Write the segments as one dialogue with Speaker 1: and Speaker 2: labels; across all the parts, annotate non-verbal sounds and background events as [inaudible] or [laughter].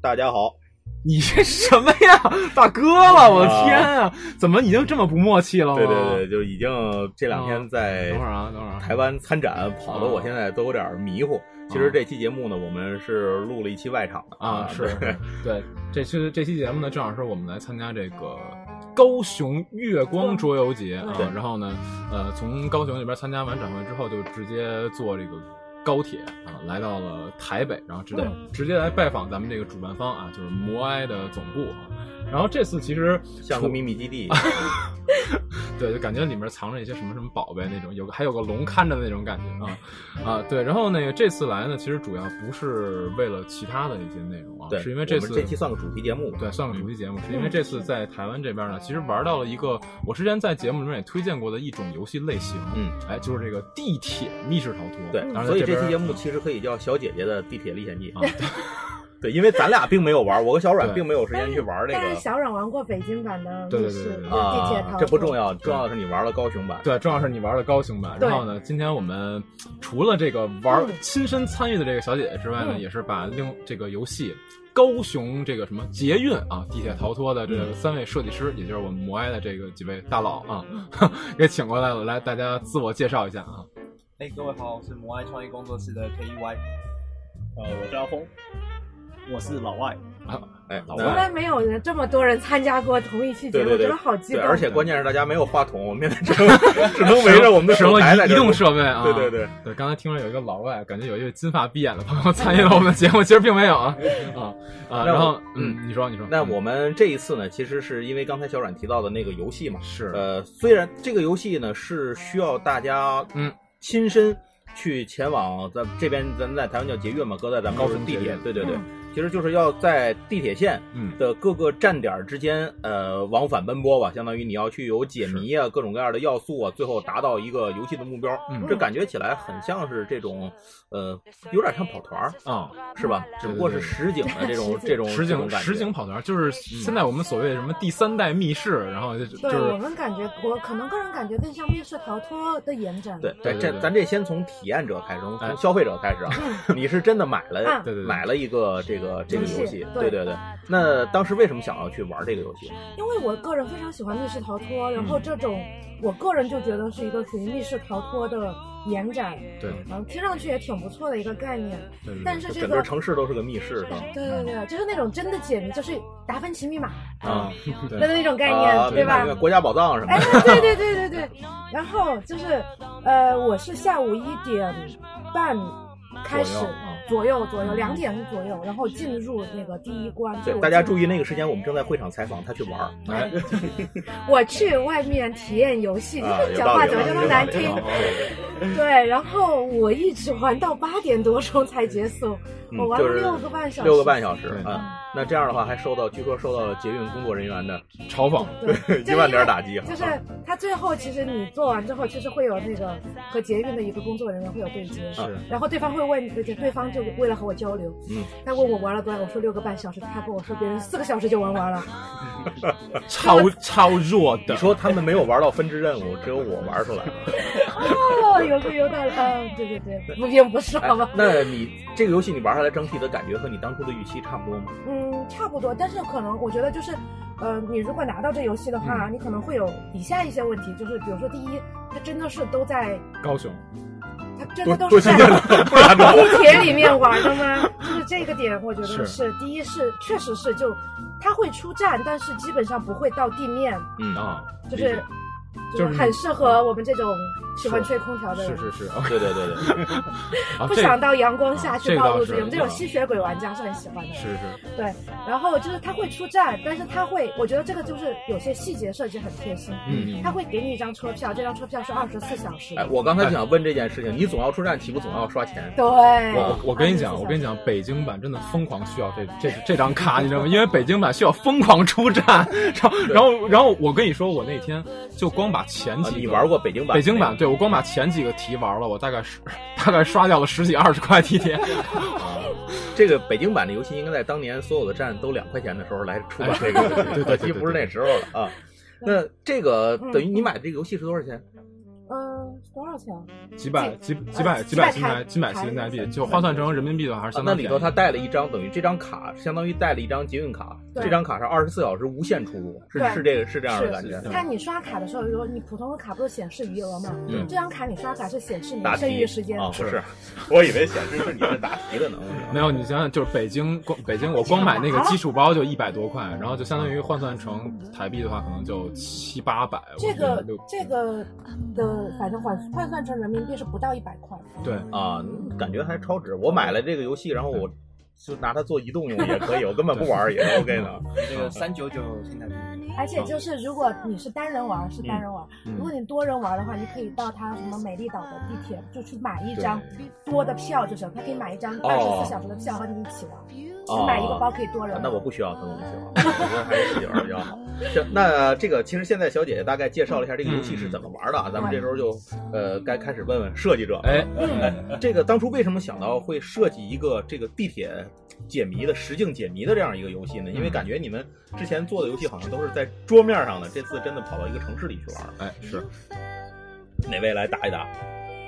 Speaker 1: 大家好。
Speaker 2: 哎你这什么呀，大哥了，我
Speaker 1: 啊
Speaker 2: 天啊，怎么已经这么不默契了吗？
Speaker 1: 对对对，就已经这两天在
Speaker 2: 哦等会儿啊，等会儿啊，
Speaker 1: 台湾参展跑的，
Speaker 2: 啊
Speaker 1: 我现在都有点迷糊。其实这期节目呢，我们是录了一期外场的
Speaker 2: 啊，是 [laughs]
Speaker 1: 对
Speaker 2: 对这期这期节目呢，正好是我们来参加这个高雄月光桌游节啊
Speaker 1: 对，
Speaker 2: 然后呢，呃，从高雄那边参加完展会之后，就直接坐这个高铁啊，来到了台北，然后直接直接来拜访咱们这个主办方啊，就是摩埃的总部啊。然后这次其实
Speaker 1: 像个秘密基地。
Speaker 2: 对，就感觉里面藏着一些什么什么宝贝那种，有个还有个龙看着的那种感觉啊啊对。然后那个这次来呢，其实主要不是为了其他的一些内容啊，
Speaker 1: 对，
Speaker 2: 是因为这
Speaker 1: 我
Speaker 2: 次
Speaker 1: 们这期算嗯个主题节目吧。
Speaker 2: 对，算个主题节目，是因为这次在台湾这边呢，其实玩到了一个我之前在节目里面也推荐过的一种游戏类型，
Speaker 1: 嗯，
Speaker 2: 哎，就是这个地铁密室逃脱。当
Speaker 1: 对，
Speaker 2: 然
Speaker 1: 所以这期
Speaker 2: 边
Speaker 1: 节目其实可以叫《小姐姐的地铁历险记》
Speaker 2: 啊。
Speaker 1: [laughs] 对，因为咱俩并没有玩，我和小阮
Speaker 2: 对
Speaker 1: 并没有时间去玩那
Speaker 3: 但是
Speaker 1: 个
Speaker 3: 小阮玩过北京版的
Speaker 2: 对对
Speaker 3: 密
Speaker 2: 对
Speaker 3: 室
Speaker 2: 对对对
Speaker 3: 地铁
Speaker 1: 啊
Speaker 3: 逃，
Speaker 1: 这不重。要，重要的是你玩了高雄版。
Speaker 2: 对，重要是你玩的高雄版。
Speaker 3: 对
Speaker 2: 然后呢，今天我们除了这个玩
Speaker 3: 嗯
Speaker 2: 亲身参与的这个小姐姐之外呢，
Speaker 3: 嗯
Speaker 2: 也是把另这个游戏高雄这个什么捷运啊、地铁逃脱的这个
Speaker 3: 嗯
Speaker 2: 三位设计师，也就是我们摩埃的这个几位大佬啊，
Speaker 3: 嗯
Speaker 2: [laughs] 给请过来了，来大家自我介绍一下啊。
Speaker 4: 哎，各位好，我是摩爱创意工作室的 E KY，呃，我是阿峰，我是老外，
Speaker 1: 哎，老
Speaker 3: 从
Speaker 1: 外。
Speaker 3: 来没有人这么多人参加过同一期节
Speaker 1: 对
Speaker 3: 目，
Speaker 1: 对对
Speaker 3: 真的好激
Speaker 1: 对，
Speaker 3: 动。
Speaker 1: 而且关键是大家没有话筒，我们现在只能只能围着我们的
Speaker 2: 使用
Speaker 1: 手台
Speaker 2: 了
Speaker 1: 在
Speaker 2: 移
Speaker 1: 这
Speaker 2: 移
Speaker 1: 录
Speaker 2: 动。设备啊，
Speaker 1: 对对对，
Speaker 2: 对，刚才听说有一个老外，感觉有一位金发碧眼的朋友参与了我们的节目，其实并没有
Speaker 1: [laughs]
Speaker 2: 啊啊啊！
Speaker 1: 那
Speaker 2: 然后
Speaker 1: 我
Speaker 2: 嗯，你说你说，
Speaker 1: 那我们这一次呢，其实是因为刚才小阮提到的那个游戏嘛，
Speaker 2: 是
Speaker 1: 呃，虽然这个游戏呢是需要大家
Speaker 2: 嗯
Speaker 1: 亲身去前往咱这边，咱们在台湾叫捷运嘛，搁在咱们
Speaker 2: 高
Speaker 1: 是
Speaker 2: 雄
Speaker 1: 地
Speaker 2: 捷
Speaker 1: 铁
Speaker 2: 运，
Speaker 1: 对对对，其实就是要在地铁线
Speaker 2: 嗯
Speaker 1: 的各个站点之间呃往返奔波吧，相当于你要去有解谜啊各种各样的要素啊，最后达到一个游戏的目标。
Speaker 2: 嗯
Speaker 1: 这感觉起来很像是这种呃，有点像跑团儿。
Speaker 2: 啊，
Speaker 1: 是吧？只不过是实景的这种这种
Speaker 2: 实
Speaker 1: 这种
Speaker 2: 景
Speaker 1: 感觉
Speaker 2: 实景跑团，就是现在我们所谓的什么第三代密室，然后就就
Speaker 3: 对我
Speaker 2: 是
Speaker 3: 们感觉，我可能个人感觉更像密室逃脱的延展。
Speaker 1: 对，
Speaker 2: 对
Speaker 1: 这
Speaker 2: 对
Speaker 1: 这
Speaker 2: 对
Speaker 1: 咱这先从体验者开始，从
Speaker 2: 哎
Speaker 1: 从消费者开始啊。你是真的买了
Speaker 3: 啊
Speaker 2: 对对对
Speaker 1: 买了一个这个这个游戏
Speaker 3: 游戏，
Speaker 1: 对
Speaker 3: 对
Speaker 1: 对
Speaker 3: 嗯
Speaker 1: 对。那当时为什么想要去玩这个游戏？
Speaker 3: 因为我个人非常喜欢密室逃脱，然
Speaker 1: 嗯
Speaker 3: 后这种我个人就觉得是一个属于密室逃脱的延展，
Speaker 2: 对
Speaker 3: 嗯，听上去也挺不错的一个概念。
Speaker 2: 对对
Speaker 3: 但
Speaker 2: 对
Speaker 3: 是
Speaker 1: 嗯就
Speaker 3: 这
Speaker 1: 整
Speaker 3: 个
Speaker 1: 个，城市都是个密室，是吧？
Speaker 3: 对对对，就是那种真的解谜，就是达芬奇密码
Speaker 1: 啊，
Speaker 3: 的
Speaker 2: 对
Speaker 3: 那种概
Speaker 1: 啊
Speaker 3: 念，对吧
Speaker 1: 明白？国家宝藏什么
Speaker 3: 哎
Speaker 1: 的，，
Speaker 3: 对对对对对。然后就是，呃，我是下午一点半开始
Speaker 2: 左右啊
Speaker 3: 左右左右两点左右，然后进入那个第一关。
Speaker 1: 对，大家注意那个时间，我们正在会场采访，他去玩儿。
Speaker 2: 哎，
Speaker 3: 我去外面体验游戏，
Speaker 1: 啊有
Speaker 3: 讲
Speaker 1: 道
Speaker 3: 话
Speaker 1: 理
Speaker 3: 怎么
Speaker 1: 有
Speaker 3: 这
Speaker 1: 道
Speaker 3: 么
Speaker 1: 理
Speaker 3: 难
Speaker 1: 有
Speaker 3: 听
Speaker 1: 道？
Speaker 3: [laughs] 对，然后我一直玩到八点多钟才结束，
Speaker 1: 嗯
Speaker 3: 我玩
Speaker 1: 就
Speaker 3: 了
Speaker 1: 是
Speaker 3: 六个半小时。
Speaker 1: 六个半小时
Speaker 2: 对
Speaker 1: 啊。那这样的话，还受到据说受到了捷运工作人员的
Speaker 2: 嘲讽，
Speaker 3: 对。
Speaker 1: [laughs] 一万点打击哈。
Speaker 3: 就是他最后，其实你做完之后，就是会有那个和捷运的一个工作人员会有对接，
Speaker 2: 是
Speaker 3: 然后对方会问，而且对方就为了和我交流，
Speaker 1: 嗯，
Speaker 3: 他问我玩了多久，我说六个半小时，他跟我说别人四个小时就玩
Speaker 1: [laughs]
Speaker 3: 完了，
Speaker 2: 超超弱的，
Speaker 1: 你说他们没有玩到分支任务，只有我玩出来了。
Speaker 3: 哦，有个有点，嗯，对对对，不并不是
Speaker 1: 哎
Speaker 3: [laughs] 好吧，
Speaker 1: 那你这个游戏你玩下来整体的感觉和你当初的预期差不多吗？
Speaker 3: 嗯，差不多，但是可能我觉得就是，呃，你如果拿到这游戏的
Speaker 1: 嗯
Speaker 3: 话，你可能会有以下一些问题，就是比如说第一，它真的是都在，
Speaker 2: 高雄
Speaker 3: 它真的
Speaker 1: 多
Speaker 3: 都
Speaker 1: 多
Speaker 3: 是
Speaker 1: 新
Speaker 3: 在
Speaker 1: 鲜的，不然的
Speaker 3: 地铁里面玩
Speaker 2: [laughs]
Speaker 3: 的吗？就是这个点，我觉
Speaker 2: 是
Speaker 3: 得是第一是确实是就它会出站，但是基本上不会到地面，
Speaker 1: 嗯啊，
Speaker 2: 啊，
Speaker 3: 就
Speaker 2: 理
Speaker 3: 是
Speaker 2: 解
Speaker 3: 就是
Speaker 2: 就是
Speaker 3: 很适合我们这种喜欢吹空调的
Speaker 2: 是
Speaker 3: 人。
Speaker 2: 是是，
Speaker 1: 对对对对。
Speaker 2: 啊
Speaker 3: 不
Speaker 2: 这
Speaker 3: 想到阳光下
Speaker 2: 这个
Speaker 3: 去
Speaker 2: 倒
Speaker 3: 暴露自
Speaker 2: 是
Speaker 3: 己，我们这种吸血鬼玩家是很喜欢的。
Speaker 2: 是是
Speaker 3: 然后就是它会出站，但是它会，我觉得这个就是有些细节设计很贴心。
Speaker 2: 嗯
Speaker 3: 它会给你一张车票，这张车票是二十四小时的。
Speaker 1: 哎，我刚才就想问这件事情，你总要出站，岂不总要刷钱？
Speaker 3: 对，
Speaker 2: 哎我我跟你讲，
Speaker 3: 24
Speaker 2: 我跟你
Speaker 3: 小时
Speaker 2: 讲，北京版真的疯狂需要这这这张卡，你知道吗？因为北京版需要疯狂出站，然后然后然后我跟你说，我那天就光把前
Speaker 1: 啊
Speaker 2: 几个
Speaker 1: 你玩过北京
Speaker 2: 嗯
Speaker 1: 版？
Speaker 2: 北京版，对我光把前几个题玩了，我大概是大概刷掉了十几二十块地铁，
Speaker 1: 这个北京版的游戏应该在当年所有的站都两块钱的时候来出 [laughs] 版这
Speaker 2: 哎
Speaker 1: 个，
Speaker 2: 对对对
Speaker 1: 可
Speaker 2: 对
Speaker 1: 惜不是那时候了啊。那这个等于你买的这个游戏是多少钱？
Speaker 3: 嗯，多少钱啊？
Speaker 2: 几百几几百
Speaker 3: 呃
Speaker 2: 几
Speaker 3: 几
Speaker 2: 百
Speaker 3: 百
Speaker 2: 新台
Speaker 3: 台
Speaker 2: 几百新台币，
Speaker 3: 台
Speaker 2: 就换算成人民币的话，还是
Speaker 1: 啊
Speaker 2: 相
Speaker 1: 那
Speaker 2: 当
Speaker 1: 里
Speaker 2: 便宜
Speaker 1: 头他带了一张，等于这张卡相当于带了一张捷运卡，
Speaker 3: 对
Speaker 1: 这张卡是二十四小时无限出入，是
Speaker 3: 对
Speaker 1: 是这个是这样的
Speaker 3: 是
Speaker 1: 感觉嗯
Speaker 2: 是。
Speaker 3: 看你刷卡的时候，如果你普通的卡不是显示余额嘛？
Speaker 1: 嗯
Speaker 3: 这张卡你刷卡是显示你
Speaker 1: 答
Speaker 3: 剩
Speaker 1: 题
Speaker 3: 余时间。
Speaker 1: 啊，不是， [laughs] 我以为显示是你是答题的呢。
Speaker 2: 没有，你想想，就是北京光北京，我光买那个基础包就一百多块，然后就相当于换算成台币的话，可能就七八百。我
Speaker 3: 这
Speaker 2: 觉得
Speaker 3: 个
Speaker 2: 六
Speaker 3: 这个的，反正换换算成人民币是不到一百块。
Speaker 2: 对，
Speaker 1: 啊，感觉还超值。我买了这个游戏，然后我就拿它做移动用也可以，我根本不玩儿也是 OK 的。
Speaker 4: 这个三九九现在
Speaker 3: 而
Speaker 1: 啊
Speaker 3: 且就是，如果你是单人玩儿是单人玩儿，
Speaker 2: 嗯
Speaker 3: 如果你多人玩儿的话，你可以到它什么美丽岛的地铁就去买一
Speaker 2: 对
Speaker 3: 张多的票就行，它可以买一张
Speaker 1: 哦
Speaker 3: 二十四小时的票和你一起玩儿，
Speaker 1: 哦
Speaker 3: 只买一个包可以多人
Speaker 1: 啊
Speaker 3: 玩。
Speaker 1: 那我不需要跟我一起玩，我觉得还是自己玩比较好。行，那这个其实现在小姐姐大概介绍了一下这个游戏是怎么玩的啊，咱们这时候就呃该开始问问设计者。
Speaker 2: 哎，
Speaker 1: 哎，这个当初为什么想到会设计一个这个地铁解谜的实境解谜的这样一个游戏呢？因为感觉你们之前做的游戏好像都是在桌面上的，这次真的跑到一个城市里去玩了。
Speaker 2: 哎是，
Speaker 1: 哪位来答一答？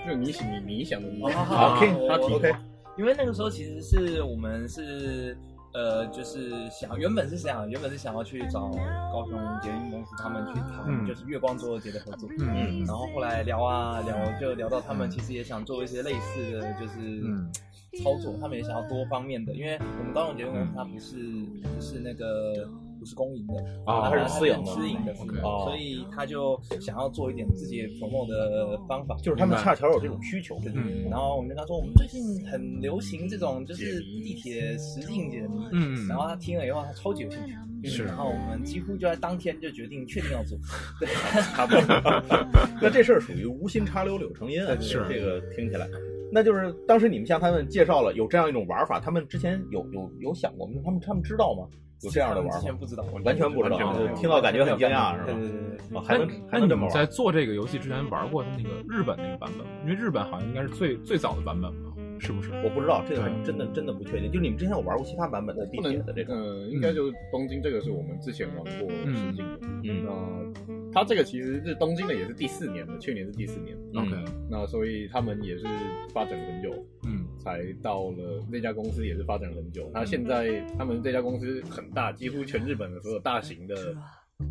Speaker 5: 就你想你你
Speaker 3: 哦
Speaker 5: 想的你
Speaker 4: 好好好
Speaker 1: 好
Speaker 4: 啊
Speaker 1: ，King，
Speaker 4: 我
Speaker 1: 啊他提
Speaker 4: 我
Speaker 1: OK，
Speaker 4: 因为那个时候其实是我们是呃，就是想原本是想原本是想要去找高雄捷运公司他们去
Speaker 2: 嗯
Speaker 4: 谈，就是月光桌节的合作。
Speaker 2: 嗯
Speaker 1: 嗯
Speaker 4: 然后后来聊啊聊，就聊到他们其实也想做一些类似的，就是
Speaker 2: 嗯
Speaker 4: 操作，他们也想要多方面的，因为我们高雄捷运公司它不是不是那个不是公营的，
Speaker 2: 啊，
Speaker 1: 嗯哦它是私营的
Speaker 4: 私营的，私营的
Speaker 2: OK
Speaker 1: 哦
Speaker 4: 所以他就想要做一点自己 promo 的方法，
Speaker 1: 就是他们恰巧有这种需求。对
Speaker 2: 嗯
Speaker 4: 然后我们就跟他说，我们最近很流行这种就是地铁实境解谜。
Speaker 2: 嗯
Speaker 4: 然后他听了以后，他超级有兴趣。
Speaker 2: 是
Speaker 4: 然后我们几乎就在当天就决定确定要做。对，
Speaker 1: 差不
Speaker 4: [laughs]
Speaker 1: 多。
Speaker 2: [laughs]
Speaker 1: 那这事儿属于无心插柳柳成荫啊，
Speaker 2: 是
Speaker 1: 这个听起来。那就是当时你们向他们介绍了有这样一种玩法，他们之前有有有想过吗？他们他们知道吗？有这样的玩
Speaker 4: 之
Speaker 1: 法？
Speaker 4: 前不知道，
Speaker 1: 完全不知道
Speaker 4: 完全不知
Speaker 1: 听到感觉很惊讶是吧
Speaker 4: 对对对对。
Speaker 1: 哦还能
Speaker 2: 那
Speaker 1: 还能
Speaker 2: 哎你
Speaker 1: 这么
Speaker 2: 们
Speaker 1: 玩？
Speaker 2: 在做这个游戏之前玩过它那个日本那个版本吗？因为日本好像应该是最最早的版本吧，是不是？
Speaker 1: 我不知道，这个还真的真的不确定。就是你们之前有玩过其他版本的地
Speaker 5: 不
Speaker 1: 铁
Speaker 5: 能
Speaker 1: 的这种，
Speaker 5: 呃，应该就是东京这个是我们之前玩过实境的。
Speaker 1: 嗯
Speaker 5: 那它这个其实是东京的，也是第四年了，去年是第四年。
Speaker 1: 嗯
Speaker 2: OK，
Speaker 5: 那所以他们也是发展了很久，
Speaker 2: 嗯
Speaker 5: 才到了那家公司也是发展了很久。那现在他们这家公司很大，几乎全日本的所有大型的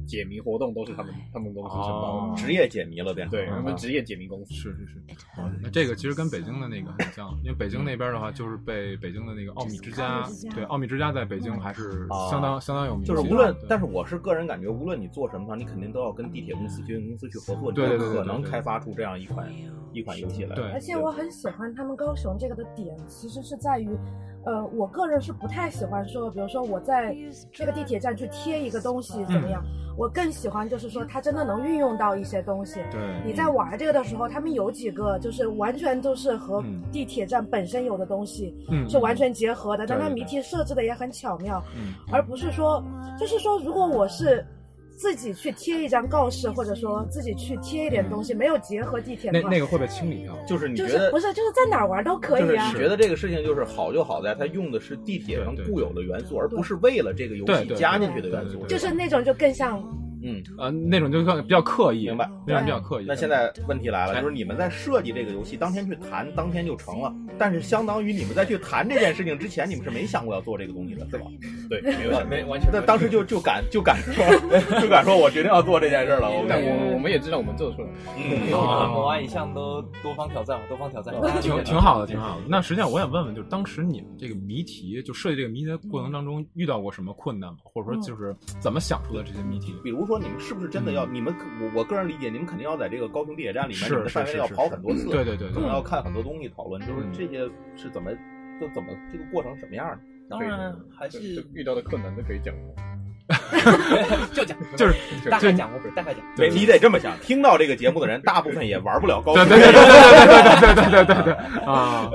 Speaker 5: 解谜活动都是他们他们公司承包
Speaker 2: 哦
Speaker 5: 的。
Speaker 1: 职业解谜了变成
Speaker 5: 对，
Speaker 2: 嗯
Speaker 5: 他们职业解谜公司。
Speaker 2: 是是是，哦那这个其实跟北京的那个很像，因为北京那边的话，就是被北京的那个奥秘之家
Speaker 3: 奥秘之，家
Speaker 2: 对，奥秘之家在北京还是相当相当有名气
Speaker 1: 就
Speaker 2: 的，
Speaker 1: 是无论，
Speaker 2: 对
Speaker 1: 但是我是个人感觉，无论你做什么，你肯定都要跟地铁公司、捷运公司去合作，你
Speaker 2: 对
Speaker 1: 才
Speaker 2: 对对对
Speaker 1: 可能
Speaker 2: 对对
Speaker 1: 开发出这样一款一款游戏来。
Speaker 2: 对
Speaker 3: 而且我很喜欢他们高雄这个的点，其实是在于，呃，我个人是不太喜欢说，比如说我在这个地铁站去贴一个东西怎
Speaker 2: 嗯
Speaker 3: 么样，我更喜欢就是说它真的能运用到一些东西。
Speaker 2: 对
Speaker 3: 你在玩这个的时候，他们有几个就是完全就是和
Speaker 2: 嗯
Speaker 3: 地铁站本身有的东西
Speaker 2: 嗯
Speaker 3: 是完全结合的，但它
Speaker 2: 对对
Speaker 3: 谜题设置的也很巧妙，
Speaker 2: 嗯
Speaker 3: 而不是说，就是说如果我是。自己去贴一张告示，或者说自己去贴一点东西，没有结合地铁
Speaker 2: 那
Speaker 3: 的话，
Speaker 2: 那个会被清理掉，
Speaker 1: 就是你
Speaker 3: 就
Speaker 1: 觉
Speaker 3: 是
Speaker 1: 得
Speaker 3: 不是就是在哪儿玩都可
Speaker 1: 就是
Speaker 3: 以
Speaker 1: 你
Speaker 3: 啊。
Speaker 1: 觉得这个事情就是好就好在它用的是地铁上
Speaker 2: 对对
Speaker 1: 固有的元素，而不
Speaker 3: 对
Speaker 1: 是为了这个游
Speaker 2: 对
Speaker 1: 戏
Speaker 2: 对
Speaker 1: 加
Speaker 3: 对
Speaker 1: 进去的
Speaker 2: 对
Speaker 1: 元
Speaker 2: 对
Speaker 1: 素。
Speaker 2: 对
Speaker 3: 就是那种就更像
Speaker 1: 嗯，
Speaker 2: 呃，那种就算比较刻意，
Speaker 1: 明白
Speaker 2: 那种比较刻意。
Speaker 1: 那现在问题来了，就是你们在设计这个游戏，当天去谈，当天就成了。
Speaker 2: 嗯
Speaker 1: 但是相当于你们在去谈这件事情之前，你们是没想过要做这个东西的，对吧？
Speaker 5: 对，没有
Speaker 1: 对吧
Speaker 5: 想过。
Speaker 4: 没完全没
Speaker 1: 那
Speaker 4: 有
Speaker 1: 当时就就敢就敢说就敢说我决定要做这件事了。我
Speaker 5: 但
Speaker 1: 感觉
Speaker 5: 我我们也知道我们做出来了。
Speaker 1: 嗯
Speaker 5: 哦
Speaker 2: 啊
Speaker 4: 我们一向都多方挑战，多方挑战，
Speaker 2: 挺挺好的，挺好的。那实际上我想问问，就是当时你们这个谜题，就设计这个谜题的过程当中，遇到过什么困难吗？或者说就是怎么想出的这些谜题？
Speaker 1: 比如说，你们是不是真的要？你们我我个人理解，你们肯定要在这个高雄地铁站里面，
Speaker 2: 是
Speaker 1: 你们的
Speaker 2: 是
Speaker 1: 范围内
Speaker 2: 是
Speaker 1: 要
Speaker 2: 是
Speaker 1: 跑
Speaker 2: 是
Speaker 1: 很多次，
Speaker 2: 对对对
Speaker 1: 可
Speaker 2: 对
Speaker 4: 嗯
Speaker 1: 能要看很多东西，讨论就是
Speaker 2: 嗯
Speaker 1: 这些是怎么，就怎么这个过程什么样的。
Speaker 4: 当然还
Speaker 5: 就是
Speaker 4: [laughs]
Speaker 5: 就遇到的困难都可以讲吗，
Speaker 4: 就讲，
Speaker 2: 就是
Speaker 4: 大
Speaker 2: 就
Speaker 4: 概讲过，大概讲。
Speaker 1: 对你得这么想，听到这个节目的人，大部分也玩不了高
Speaker 2: 对
Speaker 1: 雄。
Speaker 2: 对对对对对对对对对对对啊！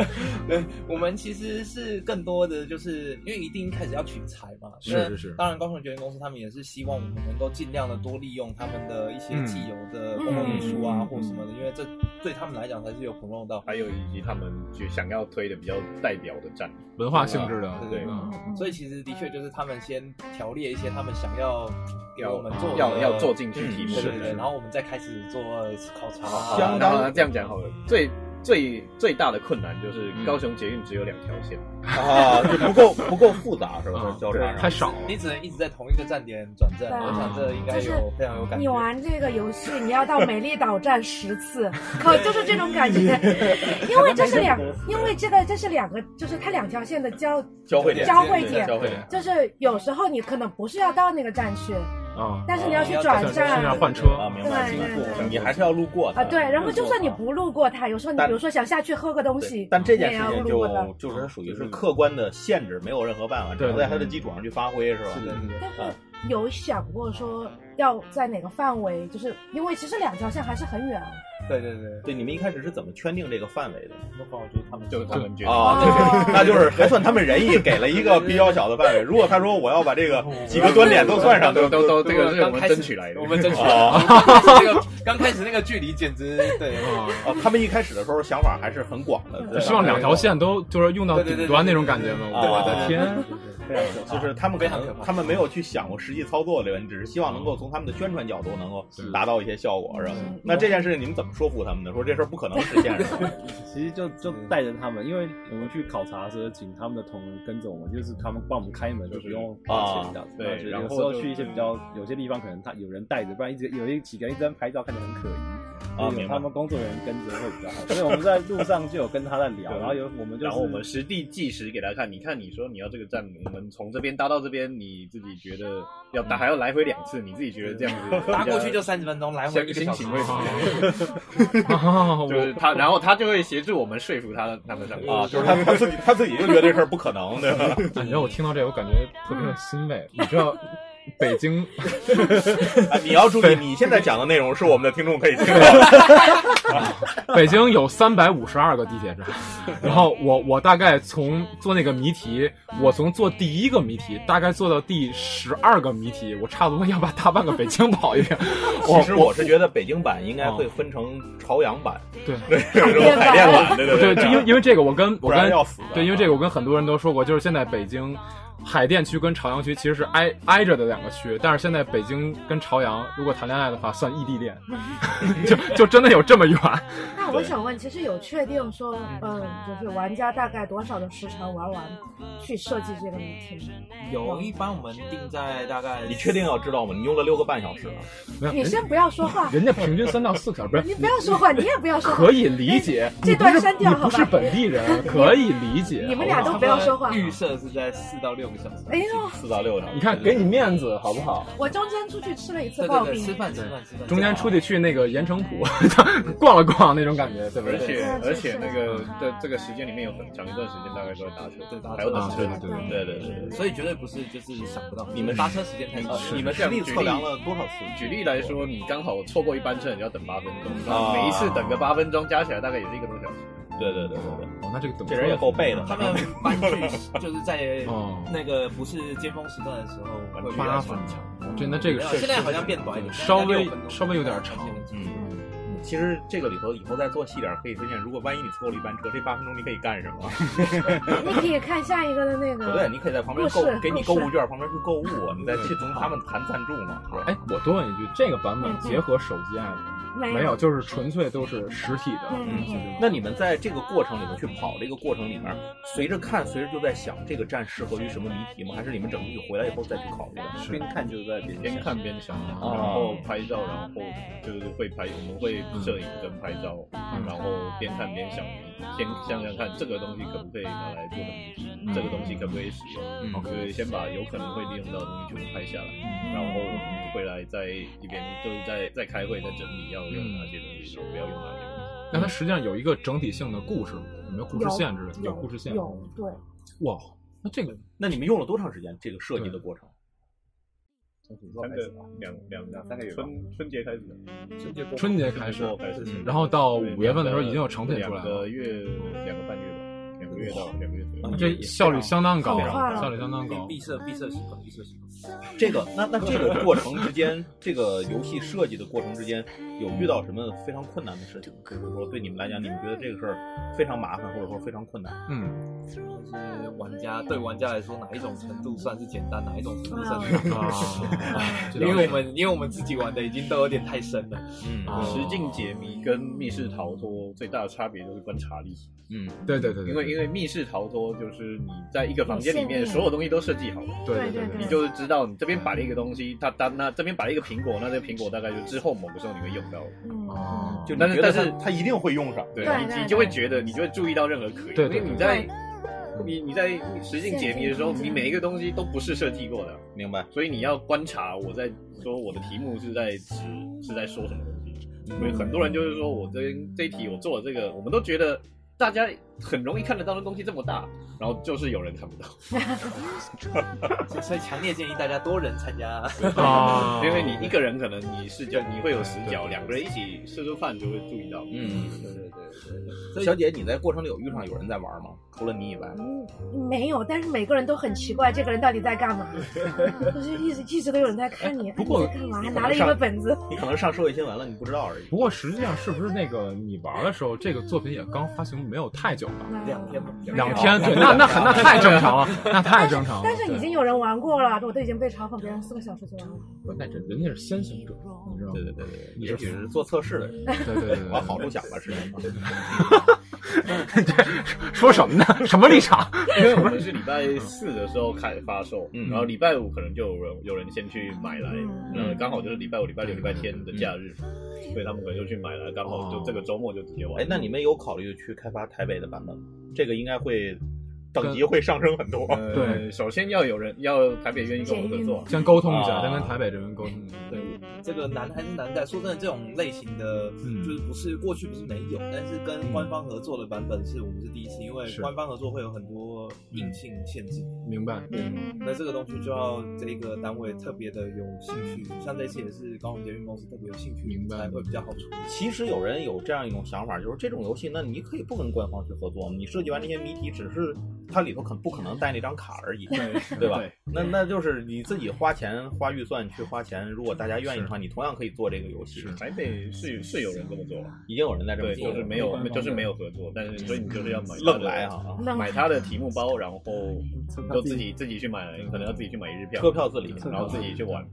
Speaker 4: 对，我们其实是更多的就是因为一定一开始要取材嘛，
Speaker 2: 是
Speaker 4: 那
Speaker 2: 是是
Speaker 4: 当然，高雄掘岩公司他们也是希望我们能够尽量的多利用他们的一些
Speaker 2: 嗯
Speaker 4: 既有的公共艺术啊、
Speaker 5: 嗯
Speaker 4: 或什么的，因为这对他们来讲才是有 promote 到。
Speaker 5: 还有以及他们就想要推的比较代表的站，
Speaker 2: 文化性质的，
Speaker 4: 对
Speaker 2: 嗯，
Speaker 3: 嗯
Speaker 4: 所以其实的确就是他们先条列一些他们想要给
Speaker 5: 要
Speaker 4: 我们做的嗯
Speaker 5: 要要做进去题目
Speaker 4: 对
Speaker 5: 的
Speaker 4: 对对，然后我们再开始做考察啊。
Speaker 1: 相当
Speaker 5: 然后呢这样讲好了，最最最大的困难就是高雄捷运只有两条线，
Speaker 4: 嗯
Speaker 1: 啊，就不够不够复杂是吧？
Speaker 2: 嗯
Speaker 1: 在交叉
Speaker 2: 太少
Speaker 1: 上，
Speaker 2: 了。
Speaker 4: 你只能一直在同一个站点转
Speaker 3: 对
Speaker 4: 站，
Speaker 3: 啊
Speaker 4: 我想这应该有非常有感
Speaker 3: 你
Speaker 4: 觉。
Speaker 3: 玩这个游戏，你要到美丽岛站十次，
Speaker 1: [laughs]
Speaker 3: 靠，就是这种感觉。因为这是两，因为这个这是两个，就是它两条线的交，
Speaker 1: 交汇点，
Speaker 3: 交汇
Speaker 1: 对
Speaker 3: 点
Speaker 1: 交汇点。
Speaker 3: 就是有时候你可能不是要到那个站去，
Speaker 2: 啊，
Speaker 3: 但是你要去
Speaker 4: 哦
Speaker 3: 转
Speaker 2: 像
Speaker 3: 站
Speaker 2: 像要
Speaker 3: 啊，
Speaker 2: 换车
Speaker 1: 啊，明白
Speaker 3: 对
Speaker 1: 明
Speaker 3: 对
Speaker 1: 白，
Speaker 3: 对啊
Speaker 1: 你还是要路过它
Speaker 3: 对。然后就算你
Speaker 1: 路过它
Speaker 3: 不路过它，有时候你
Speaker 1: 啊但
Speaker 3: 比如说想下去喝个东西
Speaker 1: 对，但这件
Speaker 3: 你也
Speaker 1: 事
Speaker 3: 要
Speaker 1: 情
Speaker 3: 路过它。
Speaker 1: 就就是它属于是客观的限制，没有任何办法，只能在它的基础上去发挥，是吧？
Speaker 4: 是的，是的。
Speaker 3: 但
Speaker 2: 啊
Speaker 3: 是有想过说要在哪个范围，就是因为其实两条线还是很远。
Speaker 4: 对对对，
Speaker 1: 对，你们一开始是怎么圈定这个范围的？
Speaker 4: 那朋友就是他们
Speaker 5: [laughs] 就是他们决定。
Speaker 1: 啊，
Speaker 3: 哦
Speaker 1: 对，那就是还算他们仁义，给了一个比较小的范围。如果他说我要把这个几个端点都算上，
Speaker 5: 都都都，
Speaker 4: 对
Speaker 5: 这个是我
Speaker 4: 刚
Speaker 5: 们
Speaker 4: 开始
Speaker 5: 争取来的。
Speaker 4: 我
Speaker 5: [laughs]
Speaker 4: 们争取
Speaker 1: 哦
Speaker 4: 来的。这个刚开始那个距离简直对，
Speaker 2: 啊，
Speaker 1: 哦， [laughs] 他们一开始的时候想法还是很广的，
Speaker 3: 就
Speaker 2: 就
Speaker 1: 对
Speaker 2: 希望两条线都就是用到
Speaker 4: 对对对
Speaker 2: 顶端那种感觉嘛。
Speaker 1: 对对
Speaker 2: 我
Speaker 1: 对
Speaker 2: 的
Speaker 1: 对 [laughs]
Speaker 2: 天，
Speaker 4: 对
Speaker 1: 就是他们可
Speaker 4: 非常可
Speaker 1: 能
Speaker 4: 怕
Speaker 1: 他们没有去想过实际操作的问题，只是希望能够从他们的宣传角度能够达到一些效果，是吧
Speaker 3: 嗯？
Speaker 1: 那这件事情你们怎么说服他们的？说这事儿不可能实现，是吧？ [laughs]
Speaker 6: 其实就就带着他们，因为我们去考察的时候，请他们的同仁跟着我们，就是他们帮我们开门，就不用花钱这样子。
Speaker 5: 嗯啊对
Speaker 6: 然后就有时候去一些比较有些地方，可能他有人带着，不然一直有一几个人一直在拍照，看着很可
Speaker 5: 嗯
Speaker 6: 疑。
Speaker 1: 啊
Speaker 6: 所以
Speaker 1: 明
Speaker 6: 有
Speaker 1: 白
Speaker 6: 他们工作人员跟着会比较好。所以我们在路上就有跟他在聊，
Speaker 5: 对
Speaker 6: 然后有我们就是
Speaker 5: 然后我们实地计时给他看，你看你说你要这个站，我们从这边搭到这边，你自己觉得要搭还要来回两次，你自己觉得这样子比
Speaker 4: [laughs]
Speaker 5: 较
Speaker 4: 搭过去就三十分钟，来回一个小时。
Speaker 5: 心情会好
Speaker 2: 啊，我
Speaker 5: 就是他，然后他就会协助我们说服他他们上去
Speaker 1: 啊，就是他他自己他自己就觉得这事儿不可能，对 [laughs] 吧？
Speaker 2: 哎你让我听到这，我感觉特
Speaker 1: 嗯
Speaker 2: 别的欣慰。你知道，北京
Speaker 1: 啊你要注意，你现在讲的内容是我们的听众可以听到。
Speaker 2: 北京有三百五十二个地铁站，然后我我大概从做那个谜题，我从做第一个谜题，大概做到第十二个谜题，我差不多要把大半个北京跑一遍。
Speaker 1: 其实我是觉得北京版应该会分成朝阳版，
Speaker 2: 对
Speaker 1: 是吧海淀版，对
Speaker 2: [laughs] 对，
Speaker 1: 对
Speaker 2: 就因为因为这个，我跟我
Speaker 1: 不然
Speaker 2: 跟
Speaker 1: 要死的。
Speaker 2: 对，因为这个我跟很多人都说过，就是现在北京海淀区跟朝阳区其实是挨挨着的两个区，但是现在北京跟朝阳如果谈恋爱的话，算异地
Speaker 3: [laughs]
Speaker 2: 恋，就就真的有这么远。
Speaker 3: 那我想问，其实有确定说，嗯，就是玩家大概多少的时长玩完去设计这个谜题吗？
Speaker 4: 有一般我们定在大概
Speaker 1: 你确定要知道吗？你用了六个半小时了，
Speaker 2: 没有
Speaker 3: 你
Speaker 2: 人
Speaker 3: 先不要说话，
Speaker 2: 人家平均三到四个小时，不是
Speaker 3: 你不要说话，你也不要说话
Speaker 2: 可，以理解，
Speaker 3: 这
Speaker 2: 你不
Speaker 3: 段
Speaker 2: 是
Speaker 3: 删掉
Speaker 2: 你
Speaker 3: 好
Speaker 2: 不
Speaker 3: 吧
Speaker 2: 是本地人，可以理解。
Speaker 3: 你们俩
Speaker 2: 好不好
Speaker 3: 都不要说话。
Speaker 4: 预设是在四到六个小时。
Speaker 3: 哎呦，
Speaker 1: 四到六个小时。
Speaker 2: 你看，给你面子好不好？
Speaker 3: 我中间出去吃了一次
Speaker 4: 对
Speaker 3: 刨
Speaker 4: 对对，吃
Speaker 3: 冰，
Speaker 4: 饭吃饭吃饭。
Speaker 2: 中间出去去那个盐城浦 [laughs] 逛了逛那种感觉，对不
Speaker 5: 而
Speaker 2: 对？
Speaker 5: 且
Speaker 3: 对
Speaker 5: 而且那个这这个时间里面有很长一段时间大概都在打
Speaker 4: 对
Speaker 5: 球，
Speaker 4: 搭车
Speaker 5: 还有
Speaker 2: 啊
Speaker 5: 等，车
Speaker 2: 对。对对对，
Speaker 1: 对对对对，
Speaker 4: 所以绝对不是就是想不到，
Speaker 1: 你们
Speaker 4: 搭车时间太长。
Speaker 1: 你们实地测量了多少次？
Speaker 5: 举例来，说，你刚好错过一班车，你要等八分钟，
Speaker 1: 啊
Speaker 5: 那每一次等个八分钟，加起来大概也是一个多小时。
Speaker 1: 对对对对对，
Speaker 2: 哦，那这个等
Speaker 1: 这人也够背的。[laughs]
Speaker 4: 他们搬去就是在
Speaker 2: [laughs] 哦，
Speaker 4: 那个不是尖峰时段的时候会比
Speaker 2: 八
Speaker 4: 较
Speaker 2: 分
Speaker 4: 顺畅。
Speaker 2: 钟，这那这个
Speaker 4: 没有
Speaker 2: 是
Speaker 4: 现在好像变短一点，
Speaker 2: 稍微
Speaker 4: 大概六分钟
Speaker 2: 稍微有点长。
Speaker 1: 嗯，其实这个里头以后再做细点儿可以推荐。如果万一你错过了一班车，这八分钟你可以干什么？
Speaker 3: 你可以看下一个的那
Speaker 1: 不对，
Speaker 3: 个。
Speaker 1: 你可以在旁边
Speaker 3: 不
Speaker 1: 购
Speaker 3: 是，
Speaker 1: 给你购
Speaker 3: 不是
Speaker 1: 物券，旁边去购物，你再去从他们谈赞助嘛。是吧
Speaker 2: 哎，我多问一句，这个版本
Speaker 3: 嗯嗯
Speaker 2: 结合手机 app 没有？，就是纯粹都是实体的
Speaker 3: 嗯
Speaker 2: 东西。
Speaker 3: 嗯
Speaker 1: 那你们在这个过程里头去跑，这个过程里面，随着看，随着就在想这个站适合于什么谜题吗？还是你们整体回来以后再去考虑的？
Speaker 6: 边看就在边
Speaker 5: 边看边想，然后拍照，然后就是会拍，我们会摄影跟拍照，然后边看边想，先想想看这个东西可不可以拿来做成谜题，这个东西可不可以使用，
Speaker 1: 嗯
Speaker 5: 就是先把有可能会利用到的东西全部拍下来，
Speaker 3: 嗯
Speaker 5: 然后回来再一边就是在在开会，在整理要用哪些东
Speaker 2: 嗯
Speaker 5: 西，不要用哪些东西。
Speaker 2: 那它实际上有一个整体性的故事吗，有没有故事线之类的？
Speaker 3: 有
Speaker 2: 故事线。
Speaker 3: 有对，
Speaker 2: 哇，那这个
Speaker 1: 那你们用了多长时间？这个设计的过程？
Speaker 5: 三个两两两三个月，春春节开始，春节
Speaker 2: 春节开始
Speaker 5: 开始，
Speaker 2: 然后到五月份的时候已经有成品出来
Speaker 5: 两个
Speaker 2: 了。
Speaker 5: 月两个半月吧，两个个月到两个月左右。
Speaker 2: 这效率相当高，
Speaker 3: 好快了
Speaker 2: 效率相当高。
Speaker 4: 闭塞闭塞习惯，闭塞习惯。
Speaker 1: 这个那那这个过程之间，这个游戏设计的过程之间，有遇到什么非常困难的事情？就是说对你们来讲，你们觉得这个事儿非常麻烦，或者说非常困难？
Speaker 2: 嗯
Speaker 4: 就是玩家对玩家来说，哪一种程度算是简单，哪一种程度算是
Speaker 2: 啊，这倒是
Speaker 4: 因为我们因为我们自己玩的已经都有点太深了，
Speaker 1: 嗯
Speaker 2: 啊
Speaker 5: 实境解谜跟密室逃脱最大的差别就是观察力，
Speaker 1: 嗯，
Speaker 2: 对对对对，
Speaker 5: 因为因为密室逃脱就是你在一个房间里
Speaker 3: 有限
Speaker 5: 面，
Speaker 3: 定
Speaker 5: 所有东西都设计好了。
Speaker 2: 对
Speaker 3: 对
Speaker 2: 对
Speaker 3: 对
Speaker 5: 你就是知道你这边摆了一个东西，它它那这边摆了一个苹果，那这个苹果大概就之后某个时候你会用到，
Speaker 3: 嗯，
Speaker 2: 哦，
Speaker 1: 就你
Speaker 5: 但是
Speaker 1: 觉得
Speaker 5: 但是
Speaker 1: 他他一定会用上，
Speaker 5: 对
Speaker 3: 对
Speaker 5: 你
Speaker 3: 对
Speaker 5: 你就会觉得你就会注意到任何可疑，
Speaker 2: 对对
Speaker 5: 因
Speaker 2: 对
Speaker 5: 为你在你你在实境解谜的时候，你每一个东西都不是设计过的，
Speaker 1: 明白？
Speaker 5: 所以你要观察我在说我的题目是在是在说什么东西。所以很多人就是说我这这一题我做了这个，我们都觉得大家很容易看得到的东西这么大，然后就是有人看不到，
Speaker 4: 所以强烈建议大家多人参加。
Speaker 1: 哦
Speaker 2: 啊，
Speaker 5: 因为你一个人可能你视角你会有死角，两个人一起吃吃饭就会注意到。
Speaker 1: 嗯，
Speaker 4: 对对对对
Speaker 1: 小姐，你在过程里有遇上有人在玩吗？除了你以外，
Speaker 3: 嗯，没有，但是每个人都很奇怪，这个人到底在干嘛？就是一直一直都有人在看你，
Speaker 1: 不过
Speaker 3: 哎你在干嘛？
Speaker 1: 你可
Speaker 3: 还
Speaker 1: 能
Speaker 3: 拿了一
Speaker 1: 上
Speaker 3: 个本子，
Speaker 1: 你可能上社会新闻了，你不知道而已。
Speaker 2: 不过实际上是不是那个你玩的时候，这个作品也刚发行没有太久吧？
Speaker 4: 两天吧
Speaker 3: 没有
Speaker 2: 两天，对，那那很那太正常了，那太正常了。
Speaker 3: 但是已
Speaker 2: 对
Speaker 3: 经有人玩过了，我都已经被嘲讽，别人四个小时就玩完了。
Speaker 2: 不，那人人家是先行者，你知道吗
Speaker 1: 对？对对对，
Speaker 2: 你
Speaker 1: 也
Speaker 2: 是
Speaker 1: 许是做测试的人，
Speaker 2: 对对对对，
Speaker 1: 往好处想吧，是吧？
Speaker 2: 说什么呢？什么立场？
Speaker 5: 因为我们是礼拜四的时候开始发售，
Speaker 1: 嗯
Speaker 5: 然后礼拜五可能就有人有人先去买来，
Speaker 3: 嗯
Speaker 5: 然后刚好就是礼拜五、礼拜六、礼拜天的假日，所以他们可能就去买了，刚好就这个周末就直接玩。
Speaker 1: 哎，那你们有考虑去开发台北的版本吗？这个应该会等级会上升很多。
Speaker 5: 呃
Speaker 2: 对
Speaker 5: 首先要有人要台北愿意跟我们合作，
Speaker 2: 先沟通一下，
Speaker 1: 啊
Speaker 2: 先跟台北这边沟通一下。
Speaker 4: 对，这个难还是难在，说真的，这种类型的，
Speaker 2: 嗯
Speaker 4: 就是不是过去不是没有，但是跟官方合作的版本是我们是第一次，因为
Speaker 2: 是
Speaker 4: 官方合作会有很多硬性限制，
Speaker 2: 明白。
Speaker 4: 那这个东西就要这个单位特别的有兴趣，像这次也是高雄捷运公司特别有兴趣，
Speaker 2: 明白
Speaker 4: 才会比较好处理。
Speaker 1: 其实有人有这样一种想法，就是这种游戏，那你可以不跟官方去合作，你设计完这些谜题，只是它里头可不可能带那张卡而已，对吧？
Speaker 2: 对
Speaker 1: 那那就是你自己花钱、花预算去花钱，如果大家愿意的话，你同样可以做这个游戏
Speaker 2: 是。
Speaker 5: 台北是是有人这么做，
Speaker 1: 已经有人在这么
Speaker 5: 对，
Speaker 1: 做
Speaker 5: 就
Speaker 1: 了，
Speaker 5: 是没有
Speaker 6: 官方的
Speaker 5: 就是没有合作，但是所以你就是要买它的
Speaker 1: 愣来啊，
Speaker 2: 嗯
Speaker 3: 那
Speaker 5: 买他的题目包，然后
Speaker 6: 他
Speaker 5: 就自己自己去买，可能要自己去买一日票
Speaker 1: 车，票嗯自理。
Speaker 5: 然后自己去玩。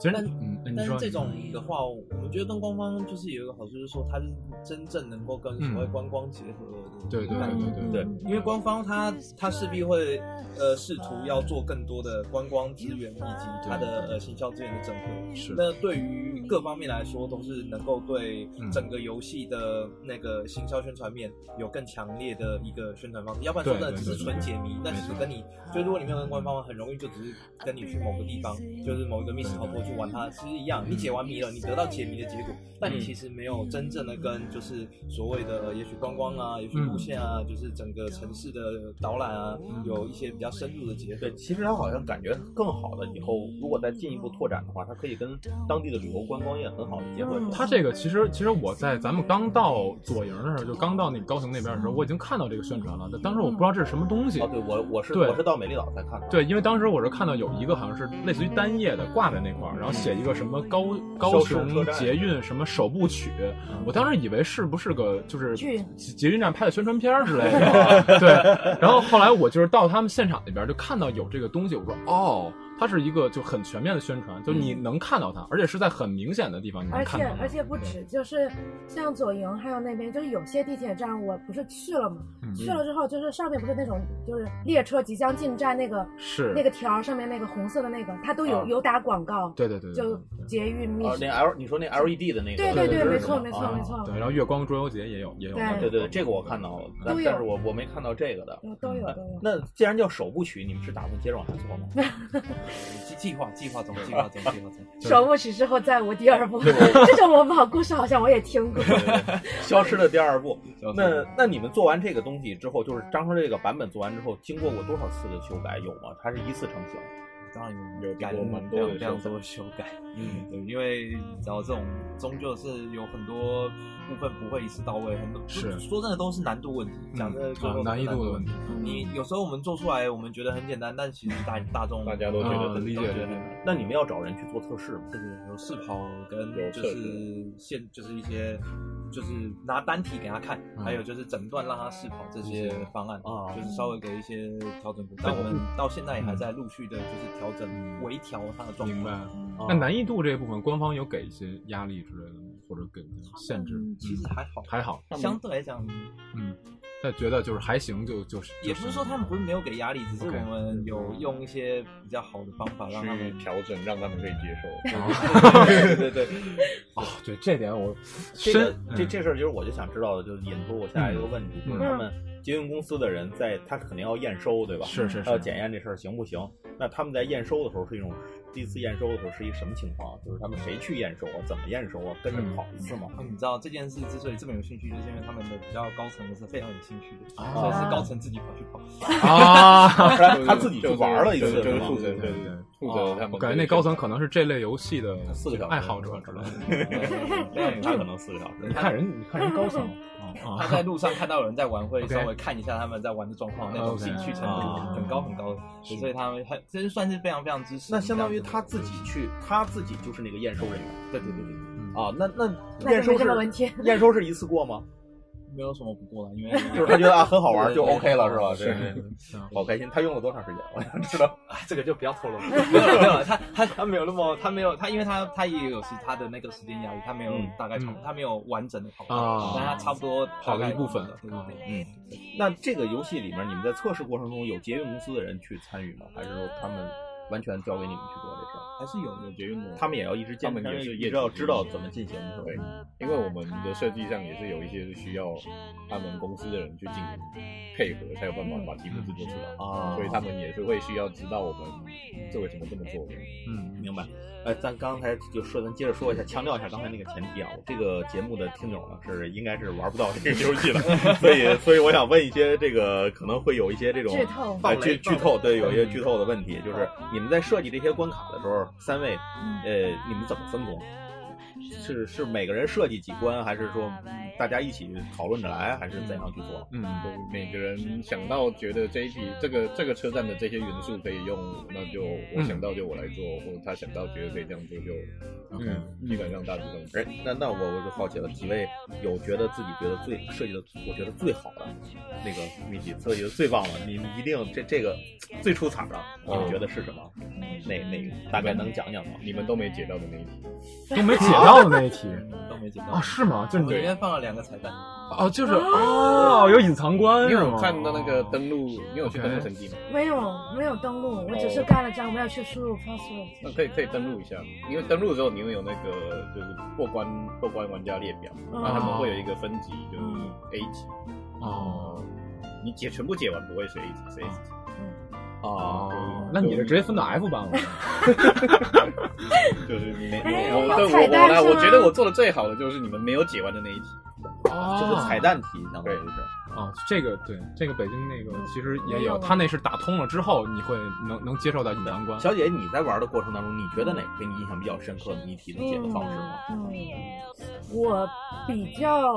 Speaker 2: 其实，
Speaker 4: 但
Speaker 2: 嗯，你
Speaker 4: 但是
Speaker 2: 说
Speaker 4: 这种的话，我们觉得跟官方就是有一个好处，就是说它是真正能够跟所谓观光结合的。
Speaker 2: 嗯对对对对对
Speaker 1: 对
Speaker 3: 嗯
Speaker 4: 因为官方它它势必会呃试图要做更多的观光资源以及它的呃行销资源的整合。
Speaker 2: 是
Speaker 4: 那对于各方面来说，都是能够对
Speaker 2: 嗯
Speaker 4: 整个游戏的那个行销宣传面有更强烈的一个宣传方式。要不然说
Speaker 2: 对
Speaker 4: 呢，
Speaker 2: 对
Speaker 4: 只是
Speaker 2: 对
Speaker 4: 纯解谜，那其实跟你就如果你没有跟官方玩，很容易就只是跟你去某个地方，就是某一个密室逃脱去玩它，其实一样。你解完谜了，你得到解谜的结果，但
Speaker 2: 嗯
Speaker 4: 你其实没有真正的跟就是所谓的呃也许观光啊，也许
Speaker 2: 嗯
Speaker 4: 路线啊，就是整个城市的导览啊，有一些比较深入的结合
Speaker 1: 对，。其实它好像感觉更好的，以后如果再进一步拓展的话，它可以跟当地的旅游观光业很好的结
Speaker 3: 嗯
Speaker 1: 合起来。
Speaker 2: 他这个其实，其实我在咱们刚到左营那儿，就刚到那个高雄那边的时候，我已经看到这个宣传了，但当时我不知道这是什么东西
Speaker 1: 哦，。对我我是
Speaker 2: 对
Speaker 1: 我是到美丽岛才看的。
Speaker 2: 对，因为当时我是看到有一个好像是类似于单页的挂在那块儿，然后写一个什么高
Speaker 1: 嗯
Speaker 2: 高雄捷运什么首部曲，我当时以为是不是个就是
Speaker 3: 剧
Speaker 2: 捷运站拍的宣传片儿之类的，啊 [laughs] 对。然后后来我就是到他们现场那边就看到有这个东西，我说哦，它是一个就很全面的宣传，就
Speaker 1: 嗯
Speaker 2: 你能看到它，而且是在很明显的地方你能
Speaker 3: 而
Speaker 2: 看
Speaker 3: 且
Speaker 2: 到它。
Speaker 3: 而且不止，就是像左营还有那边，就是有些地铁站我不是去了嘛，
Speaker 2: 嗯
Speaker 3: 去了之后就是上面不是那种就是列车即将进站那个
Speaker 2: 是
Speaker 3: 那个条儿上面那个红色的那个，它都有、
Speaker 1: 啊
Speaker 3: 有打广告，
Speaker 2: 对对哦对对
Speaker 3: 就
Speaker 2: 对
Speaker 3: 捷运密
Speaker 1: 啊，
Speaker 3: 室，
Speaker 1: 那 L 你说那 LED 的那个，
Speaker 3: 对
Speaker 2: 对
Speaker 3: 对对，
Speaker 2: 对
Speaker 3: 没错
Speaker 1: 是
Speaker 3: 没
Speaker 1: 吗
Speaker 3: 错
Speaker 1: 啊
Speaker 3: 没错
Speaker 2: 对，，然后月光桌游节也有也有
Speaker 3: 对
Speaker 2: 那个，
Speaker 1: 对对，对这个我看到了，但
Speaker 3: 都有
Speaker 1: 但是我我没看到这个的。
Speaker 3: 有嗯都有都有。
Speaker 1: 那既然叫首部曲，你们是打算接着往下做吗？ [laughs]
Speaker 4: 计计划计划中计划中计划中。
Speaker 3: 首部曲之后再无第二部，这种模仿故事好像我也听 [laughs] 过。
Speaker 1: 消失的第二部。
Speaker 4: 消失
Speaker 1: 那那你们做完这个东西之后，就是张说这个版本做完之后，经过过多少次的修改有吗？它是一次成型？
Speaker 4: 当然
Speaker 5: 有
Speaker 4: 改
Speaker 5: 有蛮多的
Speaker 4: 非常
Speaker 5: 修正
Speaker 4: 多修改，对，因为你知道这种终究是有很多部分不会一次到位，很多
Speaker 2: 是
Speaker 4: 说真的都是难度问题，讲真的最后
Speaker 2: 啊
Speaker 4: 都是
Speaker 2: 难易度的问题。
Speaker 4: 你有时候我们做出来，我们觉得很简单，但其实大大众
Speaker 5: 大家都觉得
Speaker 2: 啊
Speaker 5: 很
Speaker 2: 理解
Speaker 5: 都觉
Speaker 2: 理
Speaker 5: 得
Speaker 2: 解
Speaker 5: 很
Speaker 1: 那你们要找人去做测试吗？
Speaker 4: 对对，有试跑跟
Speaker 5: 有
Speaker 4: 就
Speaker 5: 测
Speaker 4: 是现就是一些就是拿单体给他看，
Speaker 2: 嗯
Speaker 4: 还有就是诊断让他试跑这些方案
Speaker 1: 啊
Speaker 4: 就是稍微给一些调整。但我们到现在也还在陆续的，就是调整微调他的状
Speaker 2: 明白
Speaker 4: 况。。
Speaker 2: 那难易度这一部分，官方有给一些压力之类的吗？或者给限制？
Speaker 4: 嗯其实还好，
Speaker 2: 还好，
Speaker 4: 相对来讲，
Speaker 2: 嗯，但觉得就是还行，就就是哦
Speaker 4: 也不是说他们不是没有给压力，只是
Speaker 2: OK
Speaker 4: 我们有用一些比较好的方法让他们
Speaker 5: 去调整，让他们可以接受。
Speaker 1: 啊
Speaker 2: 啊
Speaker 4: 对对对，
Speaker 2: 哦，对这点我
Speaker 1: 这个
Speaker 2: 深嗯
Speaker 1: 这这事儿，其实我就想知道的，就是引出我下一个问题，
Speaker 3: 嗯
Speaker 1: 就是他们捷运公司的人在，他肯定要验收，对吧？
Speaker 2: 是是
Speaker 1: 他要
Speaker 2: 是，
Speaker 1: 检验这事儿行不行？那他们在验收的时候是一种第一次验收的时候是一个什么情况？就是他们谁去验收啊？怎么验收啊？跟着跑一次吗？
Speaker 4: 哦你知道这件事之所以这么有兴趣，就是因为他们的比较高层的是非常有兴趣的，
Speaker 2: 啊
Speaker 4: 所以是高层自己跑去
Speaker 1: [laughs]
Speaker 4: 跑。
Speaker 2: 啊，
Speaker 1: 他他自己去
Speaker 5: 就是
Speaker 1: 玩了一次，
Speaker 5: 就是
Speaker 1: 吗
Speaker 5: 负责
Speaker 2: 对对对
Speaker 5: 负责他们。
Speaker 2: 我感觉那高层可能是这类游戏的
Speaker 1: 四个小时
Speaker 2: 爱好者之类
Speaker 4: [laughs]
Speaker 2: 的。
Speaker 4: 对
Speaker 1: 他可能四个小时。
Speaker 2: 你看人，你看人高层啊
Speaker 4: 他在路上看到有人在玩，会
Speaker 2: OK
Speaker 4: 稍微看一下他们在玩的状况，那种
Speaker 2: OK
Speaker 4: 兴趣程
Speaker 1: 啊
Speaker 4: 度很高很高的，
Speaker 2: 是
Speaker 4: 所以他们很真算是非常非常支持。
Speaker 1: 那相当于他自己去，他自己就是那个验收人员
Speaker 4: 对对对对，
Speaker 1: 啊。那那
Speaker 3: 那
Speaker 1: 验
Speaker 3: 就
Speaker 1: 收
Speaker 3: 没这么问
Speaker 1: 是
Speaker 3: 题。
Speaker 1: 验收是一次过吗？
Speaker 4: 没有什么不过了，因
Speaker 1: [laughs]
Speaker 4: 为
Speaker 1: 就是他觉得啊很好玩就
Speaker 4: 对对
Speaker 1: OK 了是吧？对
Speaker 2: 是
Speaker 1: 对，好开心。他用了多长时间？我想知道。
Speaker 4: 啊这个就不要透露了，没有没有，他他他没有那么他没有他，因为他他也有时他的那个时间压力，他没有
Speaker 1: 嗯
Speaker 4: 大概长
Speaker 2: 嗯
Speaker 4: 他没有完整的跑过，
Speaker 2: 啊
Speaker 4: 但他差不多
Speaker 2: 跑
Speaker 4: 大
Speaker 2: 个
Speaker 4: 概
Speaker 2: 一部分
Speaker 4: 对对对。
Speaker 1: 嗯，那这个游戏里面，你们在测试过程中有捷运公司的人去参与吗？还是说他们完全交给你们去做这事儿？
Speaker 4: 还是有有
Speaker 5: 捷运的
Speaker 1: 他们也要一直监
Speaker 5: 他们也是
Speaker 1: 一直
Speaker 5: 业主
Speaker 1: 要知道怎么进行，啊是吧？
Speaker 5: 对，因为我们的设计上也是有一些是需要他们公司的人去进行配合，才有办法把题目制作出来。
Speaker 2: 嗯
Speaker 1: 啊
Speaker 5: 所以他们也是会需要知道我们这为什么这么做。
Speaker 2: 嗯，
Speaker 1: 明白。呃，咱刚才就说，咱接着说一下，强调一下刚才那个前提啊，我这个节目的听友呢是应该是玩不到这个游戏 [laughs] 的，所以所以我想问一些这个可能会有一些这种
Speaker 3: 剧透
Speaker 1: 啊剧剧透对有一嗯些剧透的问题，就是你们在设计这些关卡的时候，三位呃你们怎么分工？是是每个人设计几关，还是说嗯大家一起讨论着来，还是怎样去做？
Speaker 2: 嗯，
Speaker 5: 就每个人想到觉得这一题这个这个车站的这些元素可以用，那就我
Speaker 2: 嗯
Speaker 5: 想到就我来做，或者他想到觉得可以这样做就，
Speaker 2: OK
Speaker 5: 基本上大致都
Speaker 1: 哎
Speaker 5: 是。，
Speaker 1: 那那我我就好奇了，几位有觉得自己觉得最设计的，我觉得最好的那个秘籍设计的最棒的，你们一定这这个最出彩的，你们觉得是什么？哪哪
Speaker 3: [laughs]
Speaker 1: 个大概能讲讲吗？
Speaker 5: 你们都没解到的那一题，
Speaker 2: 都没解到的那一题
Speaker 4: 都没解到
Speaker 2: 啊，，是吗？就是
Speaker 4: 我里
Speaker 2: 你
Speaker 4: 面放了两个彩蛋，
Speaker 2: 哦，就是哦，有隐藏关
Speaker 5: 你
Speaker 2: 是
Speaker 5: 有
Speaker 2: 吗？
Speaker 5: 看到那个登录，你有去登录
Speaker 2: OK
Speaker 5: 成绩吗？
Speaker 3: 没有没有登录，我只是盖了章，没有去输入 password。
Speaker 5: 那可以可以登录一下，因为登录之后你会有那个就是过关过关玩家列表，
Speaker 3: 嗯
Speaker 5: 那他们
Speaker 2: 哦
Speaker 5: 会有一个分级，就是 A 级，
Speaker 2: 哦
Speaker 5: 你解全部解完不会是 A 级，是 S 级。嗯
Speaker 2: 哦，那你是直接分到 F 班了？
Speaker 5: 就是你没
Speaker 3: 哎
Speaker 5: 我
Speaker 3: 有
Speaker 5: 对
Speaker 3: 彩
Speaker 5: 我
Speaker 3: 蛋哦
Speaker 5: 我来，
Speaker 3: 是
Speaker 5: 我
Speaker 3: 吗
Speaker 5: 觉得我做的最好的就是你们没有解完的那一题。
Speaker 2: 哦，
Speaker 1: 就是彩蛋题，相当于是。
Speaker 2: 哦，这个对，这个北京那个其实也
Speaker 3: 也嗯有
Speaker 2: 有，
Speaker 3: 吗
Speaker 2: 他那是打通了之后，你会能能接受到隐藏关。
Speaker 1: 小姐，你在玩的过程当中，你觉得哪个给你印象比较深刻的谜题的解的方式吗？
Speaker 3: 嗯，我比较，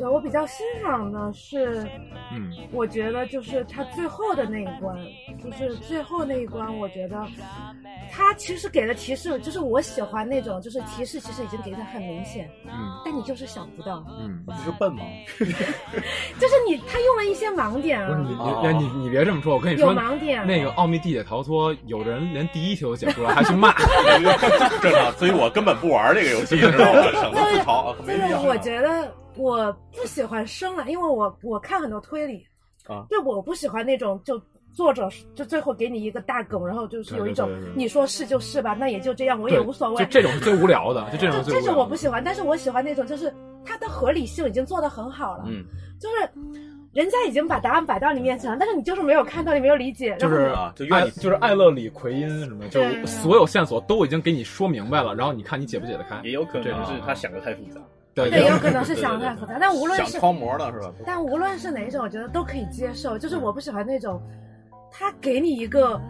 Speaker 3: 呃我比较欣赏的是，
Speaker 2: 嗯，
Speaker 3: 我觉得就是他最后的那一关，就是最后那一关，我觉得他其实给了提示，就是我喜欢那种，就是提示其实已经给的很明显，
Speaker 2: 嗯
Speaker 3: 但你就是想不到，
Speaker 2: 嗯，
Speaker 1: 你是笨吗？
Speaker 3: 就是你他用了一些盲点
Speaker 2: 不是你
Speaker 3: 啊，
Speaker 1: 哦
Speaker 2: 你哎你你别这么说，我跟你
Speaker 3: 有
Speaker 2: 说，
Speaker 3: 盲点，
Speaker 2: 那个奥秘地铁逃脱，有的人连第一题都解不出来，还去骂。
Speaker 1: [laughs] 正常，所以我根本不玩这个游戏，知道吗？省得自嘲，
Speaker 3: 这个我觉得我不喜欢生了，因为我我看很多推理
Speaker 1: 啊
Speaker 3: 对我不喜欢那种就作者就最后给你一个大梗，然后就是有一种
Speaker 2: 对对对对
Speaker 3: 你说是就是吧，那也就这样， [laughs] 我
Speaker 2: 我
Speaker 3: 也无所谓
Speaker 2: 就。这种是最无聊的，就这种
Speaker 3: 就是
Speaker 2: 最无聊
Speaker 3: 这
Speaker 2: 的
Speaker 3: 种我不喜欢，但是我喜欢那种就是它的合理性已经做得很好了，
Speaker 1: 嗯，
Speaker 3: 就是人家已经把答案摆到你面前了，但是你就是没有看到，你没有理解，
Speaker 2: 就
Speaker 3: 然后
Speaker 2: 是
Speaker 1: 啊就愿
Speaker 2: 爱
Speaker 1: 意
Speaker 2: 就是爱乐里奎因什么，就
Speaker 3: 对对对
Speaker 2: 所有线索都已经给你说明白了，然后你看你解不解得开。
Speaker 5: 也有可
Speaker 2: 这
Speaker 1: 啊
Speaker 2: 种
Speaker 5: 能是他想的太复
Speaker 3: 哦
Speaker 5: 杂，
Speaker 2: 对
Speaker 3: 对，
Speaker 2: 对
Speaker 3: 有可能是想的太复杂，但无论
Speaker 1: 想
Speaker 3: 是
Speaker 1: 超模呢是吧？
Speaker 3: 但无论
Speaker 2: 嗯
Speaker 3: 是哪一种，我觉得都可以接受。就是我不喜欢那种，他给你一个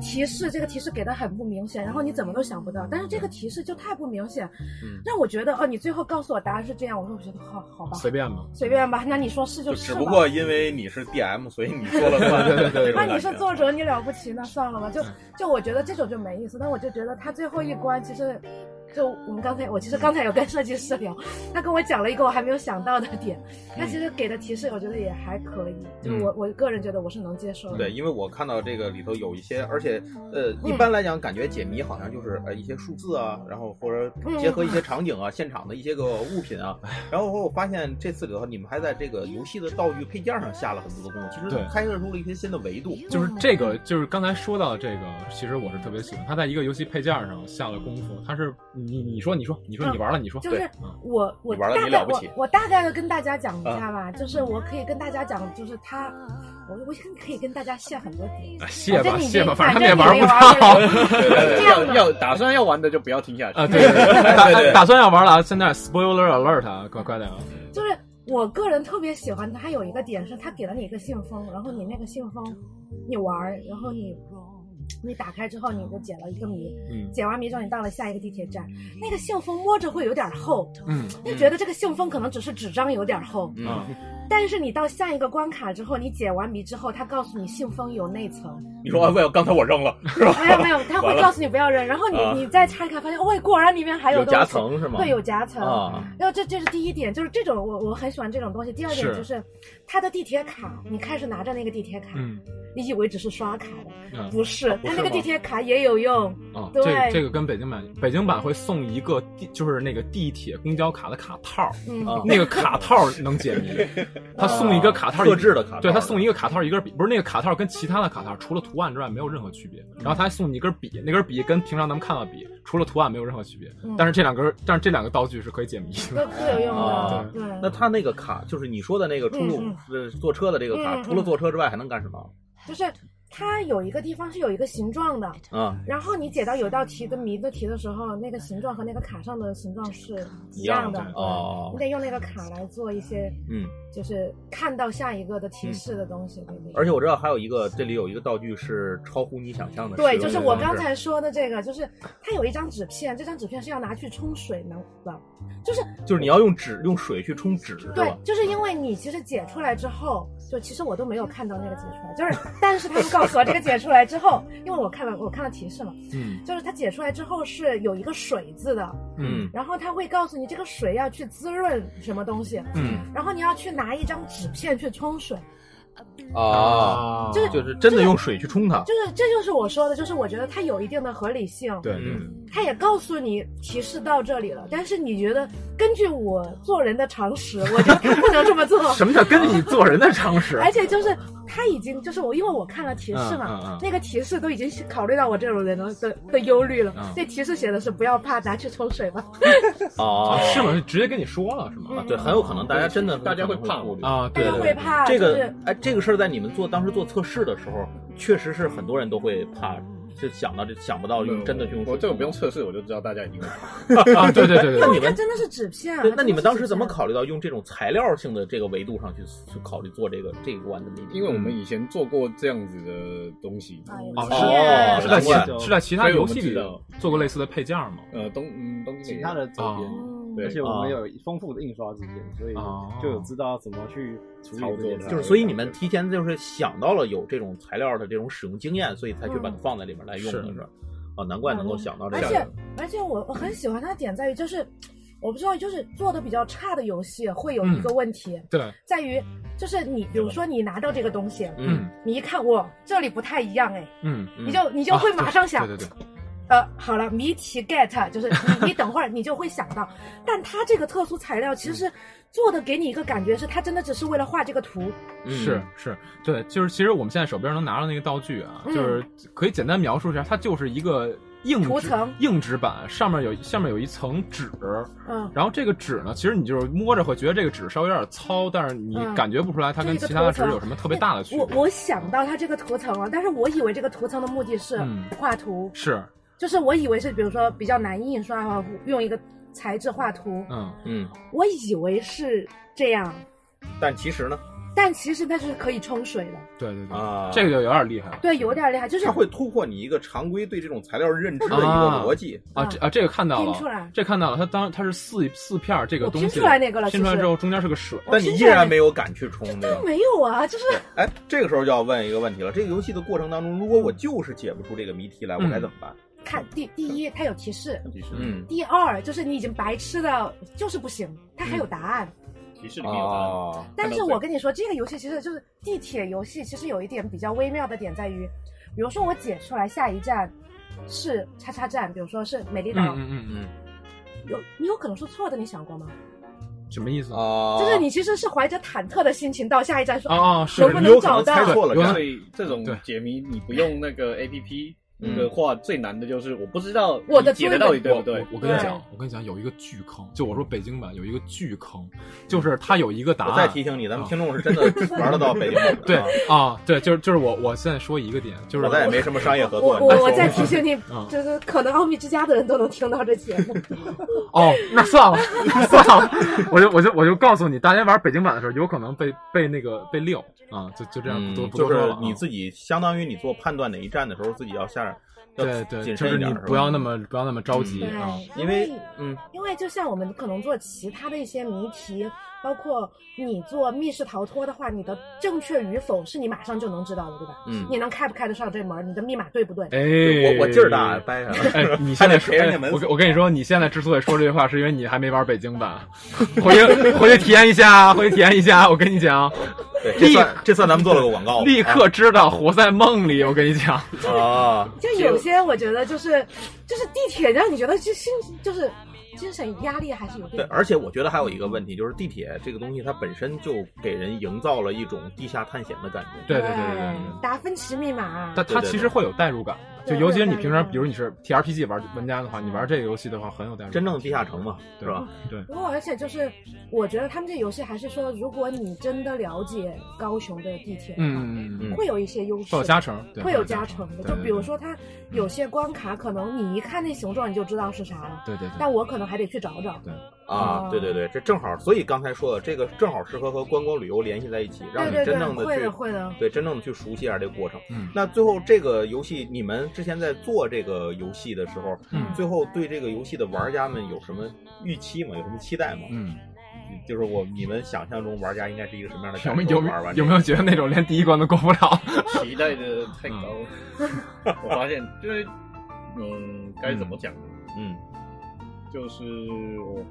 Speaker 3: 提示，这个提示给的很不明显，然后你怎么都想不到。但是这个提示就太不明显，
Speaker 2: 嗯
Speaker 3: 让我觉得哦，你最后告诉我答案是这样，我说我觉得好好吧，
Speaker 2: 随便吧。
Speaker 3: 随便吧，那你说是
Speaker 1: 就
Speaker 3: 就是
Speaker 1: 只
Speaker 3: 吧。
Speaker 1: 不过因为你是 DM，所以你说了
Speaker 3: [laughs]
Speaker 1: 算。
Speaker 2: 对对对对
Speaker 1: 这种
Speaker 3: 那
Speaker 1: 感觉
Speaker 3: 你是作者，你了不起，那算了吧。
Speaker 1: 嗯
Speaker 3: 就就我觉得这种就没意思。但我就觉得他最后一关其实，就我们刚才我其实刚才有跟设计师聊，他跟我讲了一个我还没有想到的点，
Speaker 1: 嗯
Speaker 3: 他其实给的提示我觉得也还可以，就我我个人觉得我是能接受的。
Speaker 1: 对，因为我看到这个里头有一些，而且呃，
Speaker 3: 嗯
Speaker 1: 一般来讲，感觉解谜好像就是呃一些数字啊，然后或者
Speaker 3: 嗯
Speaker 1: 结合一些场景啊、现场的一些个物品啊，然后我发现这次里头你们还在这个游戏的道具配件上下了很多的功夫，其实
Speaker 2: 对
Speaker 1: 开设出了一些新的维度。
Speaker 3: 嗯
Speaker 2: 就是这个，就是刚才说到这个，其实我是特别喜欢，他在一个游戏配件上下了功夫。他是你你说你说你说
Speaker 3: 嗯
Speaker 2: 你玩了你说，
Speaker 3: 就是我我
Speaker 1: 你玩
Speaker 3: 大
Speaker 1: 得
Speaker 3: 概
Speaker 1: 你了不
Speaker 3: 我
Speaker 1: 起嗯
Speaker 3: 我大概的跟大家讲一下吧，就是我可以跟大家讲，就是他，我我可以跟大家卸很多点。
Speaker 2: 啊谢吧
Speaker 3: 反正你
Speaker 2: 谢吧，
Speaker 3: 没
Speaker 2: 反正他们也
Speaker 3: 反
Speaker 2: 玩
Speaker 3: 正你
Speaker 2: 不
Speaker 3: 没玩
Speaker 2: 到
Speaker 3: [laughs]
Speaker 5: 对对对，
Speaker 3: 这样
Speaker 5: 要
Speaker 3: 吧
Speaker 5: 要打算要玩的就不要听下
Speaker 2: [laughs]
Speaker 5: 去
Speaker 2: 啊。对，打
Speaker 5: 对对
Speaker 2: 打算要玩了啊！现在 spoiler alert 啊，快快点啊！
Speaker 3: 就是我个人特别喜欢它，有一个点是它给了你一个信封，然后你那个信封你玩儿，然后你你打开之后你就解了一个谜，
Speaker 2: 嗯
Speaker 3: 解完谜之后你到了下一个地铁站，
Speaker 1: 嗯
Speaker 3: 那个信封摸着会有点厚，
Speaker 2: 嗯
Speaker 3: 就觉得这个信封可能只是纸张有点厚，
Speaker 2: 啊，
Speaker 1: 嗯
Speaker 3: 但是你到下一个关卡之后，你解完谜之后，它告诉你信封有内层，
Speaker 1: [laughs] 你
Speaker 3: 嗯
Speaker 1: 说哎，喂，刚才我扔了，是吧？
Speaker 3: 没有没有，它会
Speaker 1: 完了
Speaker 3: 告诉你不要扔，然后你、
Speaker 1: 啊
Speaker 3: 你再拆开发现，喂，果然里面还有
Speaker 1: 有夹
Speaker 3: 东西
Speaker 1: 层是吗？
Speaker 3: 对，有夹层。
Speaker 1: 啊，
Speaker 3: 然后这这是第一点，就是这种我我很喜欢这种东西。第二点
Speaker 2: 是
Speaker 3: 就是，它的地铁卡，你开始拿着那个地铁卡，
Speaker 2: 嗯
Speaker 3: 你以为只是刷卡的，
Speaker 2: 嗯
Speaker 3: 不是，
Speaker 2: 不
Speaker 3: 它
Speaker 2: 是
Speaker 3: 那个
Speaker 2: 吗
Speaker 3: 地铁卡也有用。
Speaker 2: 哦，
Speaker 3: 对
Speaker 2: 这个这个跟北京版北京版会送一个地，就是那个地铁公交卡的卡套儿，
Speaker 3: 嗯，
Speaker 1: 啊
Speaker 2: 那个卡套儿能解
Speaker 3: [laughs]
Speaker 2: 谜。他送一个卡套儿，
Speaker 1: 特制的卡套
Speaker 2: 对他送一个卡套儿，一根笔，不是那个卡套儿跟其他的卡套儿除了图案之外没有任何区别。然后他还送你一根笔，那根笔跟平常咱们看到的笔除了图案没有任何区别
Speaker 3: 嗯。
Speaker 2: 但是这两根，但是这两个道具是可以解谜
Speaker 3: 都
Speaker 2: 的。
Speaker 3: 都有用
Speaker 1: 啊
Speaker 3: 的。对，
Speaker 1: 那他那个卡就是你说的那个出入
Speaker 3: 嗯
Speaker 1: 呃坐车的这个
Speaker 3: 嗯
Speaker 1: 卡，
Speaker 3: 嗯
Speaker 1: 除了坐车之外还能干什么？
Speaker 3: 就是它有一个地方是有一个形状的，
Speaker 1: 啊，
Speaker 3: 然后你解到有道题跟谜的题的时候，那个形状和那个卡上的形状是一样
Speaker 2: 一样
Speaker 3: 的
Speaker 2: 的。
Speaker 3: 对
Speaker 1: 哦
Speaker 3: 你得用那个卡来做一些，
Speaker 1: 嗯。
Speaker 3: 就是看到下一个的提示的东西，对不对？
Speaker 1: 而且我知道还有一个，这里有一个道具是超乎你想象的使用
Speaker 3: 对，
Speaker 1: 的
Speaker 3: 就
Speaker 1: 方式。
Speaker 3: 是我刚才说的这个，就是它有一张纸片，这张纸片是要拿去冲水能的，就是
Speaker 1: 就是你要用纸用水去冲纸，是
Speaker 3: 对
Speaker 1: 吧？，
Speaker 3: 就是因为你其实解出来之后，就其实我都没有看到那个解出来，就是但是他们告诉我这个解出来之后，因为我看了我看了提示嘛，
Speaker 2: 嗯
Speaker 3: 就是它解出来之后是有一个水字的，
Speaker 1: 嗯
Speaker 3: 然后它会告诉你这个水要去滋润什么东西，
Speaker 2: 嗯
Speaker 3: 然后你要去拿一张纸片去冲水，
Speaker 1: 啊，
Speaker 3: 就是
Speaker 1: 就是真的用水去冲它。
Speaker 3: 就是这就是我说的，就是我觉得它有一定的合理性，
Speaker 2: 对
Speaker 5: 嗯
Speaker 2: 对
Speaker 1: 嗯
Speaker 2: 对。
Speaker 3: 他也告诉你提示到这里了，但是你觉得根据我做人的常识，我觉得他不能这么做。
Speaker 1: [laughs]
Speaker 2: 什么叫跟你做人的常识？
Speaker 3: 而且就是他已经就是我，因为我看了提示嘛，
Speaker 2: 嗯嗯嗯
Speaker 3: 那个提示都已经考虑到我这种人的的的忧虑了。
Speaker 2: 嗯
Speaker 3: 那提示写的是不要怕，拿去冲水吧。
Speaker 5: [laughs]
Speaker 1: 啊
Speaker 2: 啊，是？吗？是直接跟你说了是吗？
Speaker 3: 嗯
Speaker 1: 啊，对，很有可能大家真的
Speaker 5: 大家会怕
Speaker 1: 我。
Speaker 2: 啊，对
Speaker 3: 大家
Speaker 2: 对
Speaker 3: 会
Speaker 2: 对，
Speaker 3: 怕，
Speaker 1: 这
Speaker 3: 就
Speaker 1: 个
Speaker 3: 是
Speaker 1: 哎，这个事儿在你们做当时做测试的时候，确实是很多人都会怕，就想到这想不到用嗯真的去用水。
Speaker 5: 我这个不用测试，我就知道大家已经
Speaker 2: 啊，对对对对
Speaker 1: 那
Speaker 3: [laughs]
Speaker 2: 对
Speaker 1: 你
Speaker 3: 它
Speaker 1: 们
Speaker 3: 真的是纸片 [laughs] 啊
Speaker 1: 对，。
Speaker 3: 它
Speaker 1: 那你们
Speaker 3: 真
Speaker 1: 当
Speaker 3: 的
Speaker 1: 时
Speaker 3: 是纸
Speaker 1: 怎么
Speaker 3: 片？
Speaker 1: 考虑到用这种材料性的这个维度上去去考虑做这个这一关的谜底？
Speaker 5: 因为我们以前做过这样子的东西，
Speaker 3: 哎呀
Speaker 2: 哦
Speaker 1: 啊
Speaker 2: 是是
Speaker 3: 纸片
Speaker 2: 在
Speaker 5: 难怪
Speaker 2: 其是在其他
Speaker 5: 所以我
Speaker 2: 游
Speaker 5: 们
Speaker 2: 戏
Speaker 5: 知
Speaker 2: 里
Speaker 5: 道
Speaker 2: 做过类似的配件吗？
Speaker 5: 呃，东嗯东
Speaker 6: 其他的周边。
Speaker 3: 嗯
Speaker 5: 对
Speaker 6: 而且我们有丰富的印刷经验，所以
Speaker 5: 啊
Speaker 2: 哦
Speaker 6: 就有知道怎么去处理这件
Speaker 5: 操作
Speaker 6: 事。
Speaker 5: 它
Speaker 1: 就是，所以你们提前就是想到了有这种材料的这种使用经验，所以才去把它放在里面来用，
Speaker 2: 是
Speaker 1: 是吧？啊，难怪能够想到这
Speaker 3: 嗯而
Speaker 1: 个。
Speaker 3: 且而且我我很喜欢它的点在于，就是我不知道，就是做的比较差的游戏会有
Speaker 1: 嗯
Speaker 3: 一个问题，
Speaker 2: 对，
Speaker 3: 在于就是你比如说你拿到这个东西，
Speaker 1: 嗯，
Speaker 3: 你一看我这里不太一样哎，
Speaker 2: 嗯，
Speaker 1: 嗯
Speaker 3: 你就你就会
Speaker 2: 啊
Speaker 3: 马上想，
Speaker 2: 对对对，
Speaker 3: 呃，好了，谜题 get，就是你你等会儿你就会想到，但它这个特殊材料其
Speaker 2: 嗯
Speaker 3: 实做的给你一个感觉是，它真的只是为了画这个图，
Speaker 1: 嗯
Speaker 2: 是是，对，就是其实我们现在手边能拿到那个道具啊，
Speaker 3: 嗯
Speaker 2: 就是可以简单描述一下，它就是一个硬
Speaker 3: 图
Speaker 2: 纸
Speaker 3: 层
Speaker 2: 硬纸板，上面有上面有一层纸，
Speaker 3: 嗯，
Speaker 2: 然后这个纸呢，其实你就是摸着会觉得这个纸稍微有点糙，但是你
Speaker 3: 嗯
Speaker 2: 感觉不出来它
Speaker 3: 就
Speaker 2: 跟
Speaker 3: 一个
Speaker 2: 其他的
Speaker 3: 图
Speaker 2: 纸
Speaker 3: 层
Speaker 2: 有什么特别大的区
Speaker 3: 我
Speaker 2: 别。
Speaker 3: 我想到它这个图层了，啊但是我以为这个图层的目的是
Speaker 2: 嗯
Speaker 3: 画图，
Speaker 2: 是，
Speaker 3: 就是我以为是比如说比较难印刷啊，用一个材质画图，
Speaker 2: 嗯，
Speaker 1: 嗯，
Speaker 3: 我以为是这样，
Speaker 1: 但其实呢，
Speaker 3: 但其实它是可以冲水的，
Speaker 2: 对对对，
Speaker 1: 啊
Speaker 2: 这个就有点厉害了
Speaker 3: 对，有点厉害，就是
Speaker 1: 它会突破你一个常规对这种材料认知的一个
Speaker 2: 啊
Speaker 1: 逻辑。
Speaker 2: 啊！这啊这个看到
Speaker 3: 拼出
Speaker 2: 了，
Speaker 3: 来。
Speaker 2: 这看到了，它当它是四四片儿这个
Speaker 3: 我
Speaker 2: 东
Speaker 3: 拼
Speaker 2: 西
Speaker 3: 出来那个了
Speaker 2: 拼出来
Speaker 3: 其实
Speaker 2: 之后中间是个水，
Speaker 3: 我
Speaker 1: 但你
Speaker 3: 拼
Speaker 1: 依
Speaker 3: 出来
Speaker 1: 然
Speaker 3: 了
Speaker 1: 没有敢去冲，对吧？
Speaker 3: 没有啊，就是
Speaker 1: 哎，这个时候就要问一个问题了：这个游戏的过程当中，如果我就是解不出这个谜题来，我
Speaker 2: 嗯
Speaker 1: 该怎么办？
Speaker 3: 看第第一，它有提示；
Speaker 6: 提示，
Speaker 1: 嗯，
Speaker 3: 第二，就是你已经白痴的，就是不行，它还有
Speaker 2: 嗯
Speaker 3: 答案。
Speaker 5: 提示里面有答案。
Speaker 1: 啊，
Speaker 3: 但是我跟你说，这个游戏其实就是地铁游戏，其实有一点比较微妙的点在于，比如说我解出来下一站是叉叉站，比如说是美丽岛，
Speaker 2: 嗯嗯嗯嗯，
Speaker 3: 有你有可能是错的，你想过吗？
Speaker 2: 什么意思啊？
Speaker 1: 啊，
Speaker 3: 就是你其实是怀着忐忑的心情到下一站说，
Speaker 2: 啊啊是
Speaker 3: 能不
Speaker 1: 你
Speaker 3: 能
Speaker 1: 有可啊能
Speaker 3: 找
Speaker 1: 猜
Speaker 3: 到？
Speaker 1: 错了，
Speaker 2: 有可
Speaker 1: 原来
Speaker 5: 所以这种
Speaker 2: 对
Speaker 5: 解谜，你不用那个 A P P
Speaker 1: 嗯
Speaker 5: 的话，最难的就是我不知道
Speaker 3: 我的
Speaker 5: 你解的到底对
Speaker 2: 我
Speaker 5: 不对
Speaker 2: 我。我跟你
Speaker 3: 对
Speaker 2: 讲，我跟你讲，有一个巨坑，就我说北京版有一个巨坑，就是它有一个答
Speaker 1: 嗯我
Speaker 2: 案。
Speaker 1: 再提醒你，咱们听众是真的玩得到北京版的，
Speaker 2: 啊 [laughs] 对
Speaker 1: 啊
Speaker 2: 啊，对，就是就是我我现在说一个点，就是
Speaker 1: 我再也没什么商业合作
Speaker 3: 我
Speaker 1: 了。
Speaker 3: 我
Speaker 1: 你
Speaker 3: 我
Speaker 1: 说
Speaker 3: 再
Speaker 1: 吧
Speaker 3: 提醒你
Speaker 2: 嗯，
Speaker 3: 就是可能奥秘之家的人都能听到这节
Speaker 2: [laughs]
Speaker 3: 目。
Speaker 2: 哦，那算了算了，我就我就我就告诉你，大家玩北京版的时候，有可能被被那个被溜啊，就就这样，
Speaker 1: 嗯
Speaker 2: 不多不
Speaker 1: 就
Speaker 2: 多说
Speaker 1: 是
Speaker 2: 了啊。
Speaker 1: 你自己，相当于你做判断哪一站的时候，自己要下，要
Speaker 2: 对对，
Speaker 1: 谨
Speaker 2: 就
Speaker 1: 慎一
Speaker 2: 是
Speaker 1: 点
Speaker 2: 你
Speaker 1: 儿，是吧
Speaker 2: 不要那，么不要那么着急
Speaker 3: 对
Speaker 2: 啊。，
Speaker 1: 因为嗯，
Speaker 3: 因为就像我们可能做其他的一些谜题，包括你做密室逃脱的话，你的正确与否是你马上就能知道的，对吧？
Speaker 1: 嗯
Speaker 3: 你能开不开得上这门儿？你的密码对不对？
Speaker 2: 哎，
Speaker 1: 我我劲儿大，。掰上了。
Speaker 2: 哎，
Speaker 1: [laughs]
Speaker 2: 你现在说，
Speaker 1: 还得陪人
Speaker 2: 哎
Speaker 1: 家门
Speaker 2: 我跟我跟你说，你现在之所以说这句话，是因为你还没玩北京
Speaker 1: [laughs]
Speaker 2: 版，回去回去体验一下，啊回去体验一下。我跟你讲，
Speaker 1: 对，这
Speaker 2: 立
Speaker 1: 算这算咱们做了个广告，
Speaker 2: 立刻知道活在梦里。我跟你讲，
Speaker 1: 啊，
Speaker 3: 就有些我觉得就是就是地铁让你觉得就心就是精神压力还是有
Speaker 1: 对，
Speaker 3: 点。
Speaker 1: 而且我觉得还有一个问题，就是地铁这个东西，它本身就给人营造了一种地下探险的感觉。
Speaker 2: 对对对对对对。
Speaker 3: 达芬奇密码，啊
Speaker 2: 但它其实会有代入感，就
Speaker 3: 对
Speaker 2: 尤其是你平
Speaker 3: 会有
Speaker 2: 常，
Speaker 3: 代入感
Speaker 2: 比如你是 T R P G 玩玩家的话，你玩这个游戏的话很有代入感。
Speaker 1: 真正的地下城嘛，是吧？啊
Speaker 2: 对？
Speaker 3: 不过，而且就是，我觉得他们这游戏还是说，如果你真的了解高雄的地铁，
Speaker 2: 嗯，嗯嗯嗯，
Speaker 1: 嗯
Speaker 3: 会有一些优势，
Speaker 2: 会有加成，对
Speaker 3: 会有加
Speaker 2: 加
Speaker 3: 成的。
Speaker 2: 对
Speaker 3: 就
Speaker 2: 对
Speaker 3: 比如说，它有些关卡，可能你一看那形状你就知道是啥了，
Speaker 2: 对对对
Speaker 3: 但我可能还得去找找。
Speaker 2: 哦
Speaker 1: 啊，对对对，这正好，所以刚才说的这个正好适合和观光旅游联系在一起，让
Speaker 3: 对
Speaker 1: 你
Speaker 3: 对
Speaker 1: 真
Speaker 3: 对，
Speaker 1: 正的
Speaker 3: 会
Speaker 1: 去
Speaker 3: 的
Speaker 1: [laughs]
Speaker 3: 会的。
Speaker 1: 对真正的去熟悉一下这个过程。
Speaker 2: 嗯
Speaker 1: 那最后这个游戏，你们之前在做这个游戏的时候，
Speaker 2: 嗯
Speaker 1: 最后对这个游戏的玩家们有什么预期吗？有什么期待吗？
Speaker 2: 嗯，
Speaker 1: 就是我你们想象中玩家应该是一个什么样的
Speaker 2: 有
Speaker 1: 感
Speaker 2: 没
Speaker 1: 受？
Speaker 2: 有没
Speaker 1: 玩完
Speaker 2: 有没有觉得那种连第一关都过不了？
Speaker 5: 期待的太高了。
Speaker 2: 嗯
Speaker 5: [laughs] 我发现，因为嗯，该怎么讲呢？
Speaker 1: 嗯
Speaker 5: 就是我，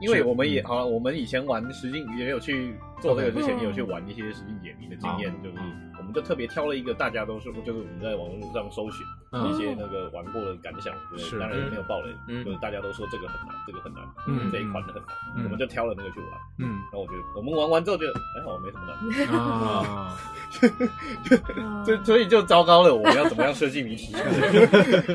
Speaker 5: 因为我们也
Speaker 2: 嗯
Speaker 5: 好了，我们以前玩实境也有去做这个之前，
Speaker 3: 嗯
Speaker 5: 也有去玩一些实境解谜的经
Speaker 2: 啊
Speaker 5: 验，就是
Speaker 2: 嗯
Speaker 5: 我们就特别挑了一个大家都是，就是我们在网络上搜寻一
Speaker 2: 嗯
Speaker 5: 些那个玩过的感想之类
Speaker 2: 是
Speaker 5: 的，当然也没有爆雷，
Speaker 1: 嗯
Speaker 5: 就是大家都说这个很难，这个很难，
Speaker 2: 嗯
Speaker 5: 这一款很难，
Speaker 2: 嗯
Speaker 5: 我们就挑了那个去玩。
Speaker 1: [laughs]
Speaker 2: 嗯
Speaker 5: 然后我觉得我们玩完之后觉得还好，没什么难。
Speaker 2: 啊，
Speaker 1: [laughs]
Speaker 3: 嗯
Speaker 5: 所所以就糟糕了，我们要怎么样设计谜题？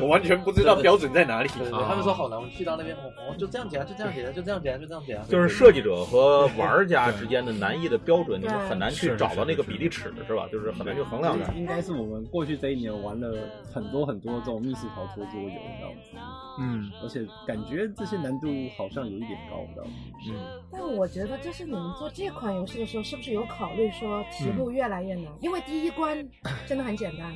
Speaker 5: 我完全不知道标准在哪里。
Speaker 4: 对他们说好难，我们去到那边，哦，哦就这样解啊，就这样解啊，就这样解啊，就这样解啊。
Speaker 1: 就是设计者和玩家之间的难易的标准，你
Speaker 3: 对
Speaker 1: 们很难去
Speaker 2: 是
Speaker 1: 找到那个
Speaker 2: 是
Speaker 1: 比例尺，是吧？就是很难去衡量的。
Speaker 6: 应该是我们过去这一年玩了很多很多这种密室逃脱桌游这样子，
Speaker 2: 嗯
Speaker 6: 而且感觉这些难度好像有一点高，这样
Speaker 2: 嗯
Speaker 3: 但我觉得，就是你们做这款游戏的时候，是不是有考虑说
Speaker 1: 嗯
Speaker 3: 题目越来越难？因为第一关
Speaker 1: [laughs]
Speaker 3: 真的很简单，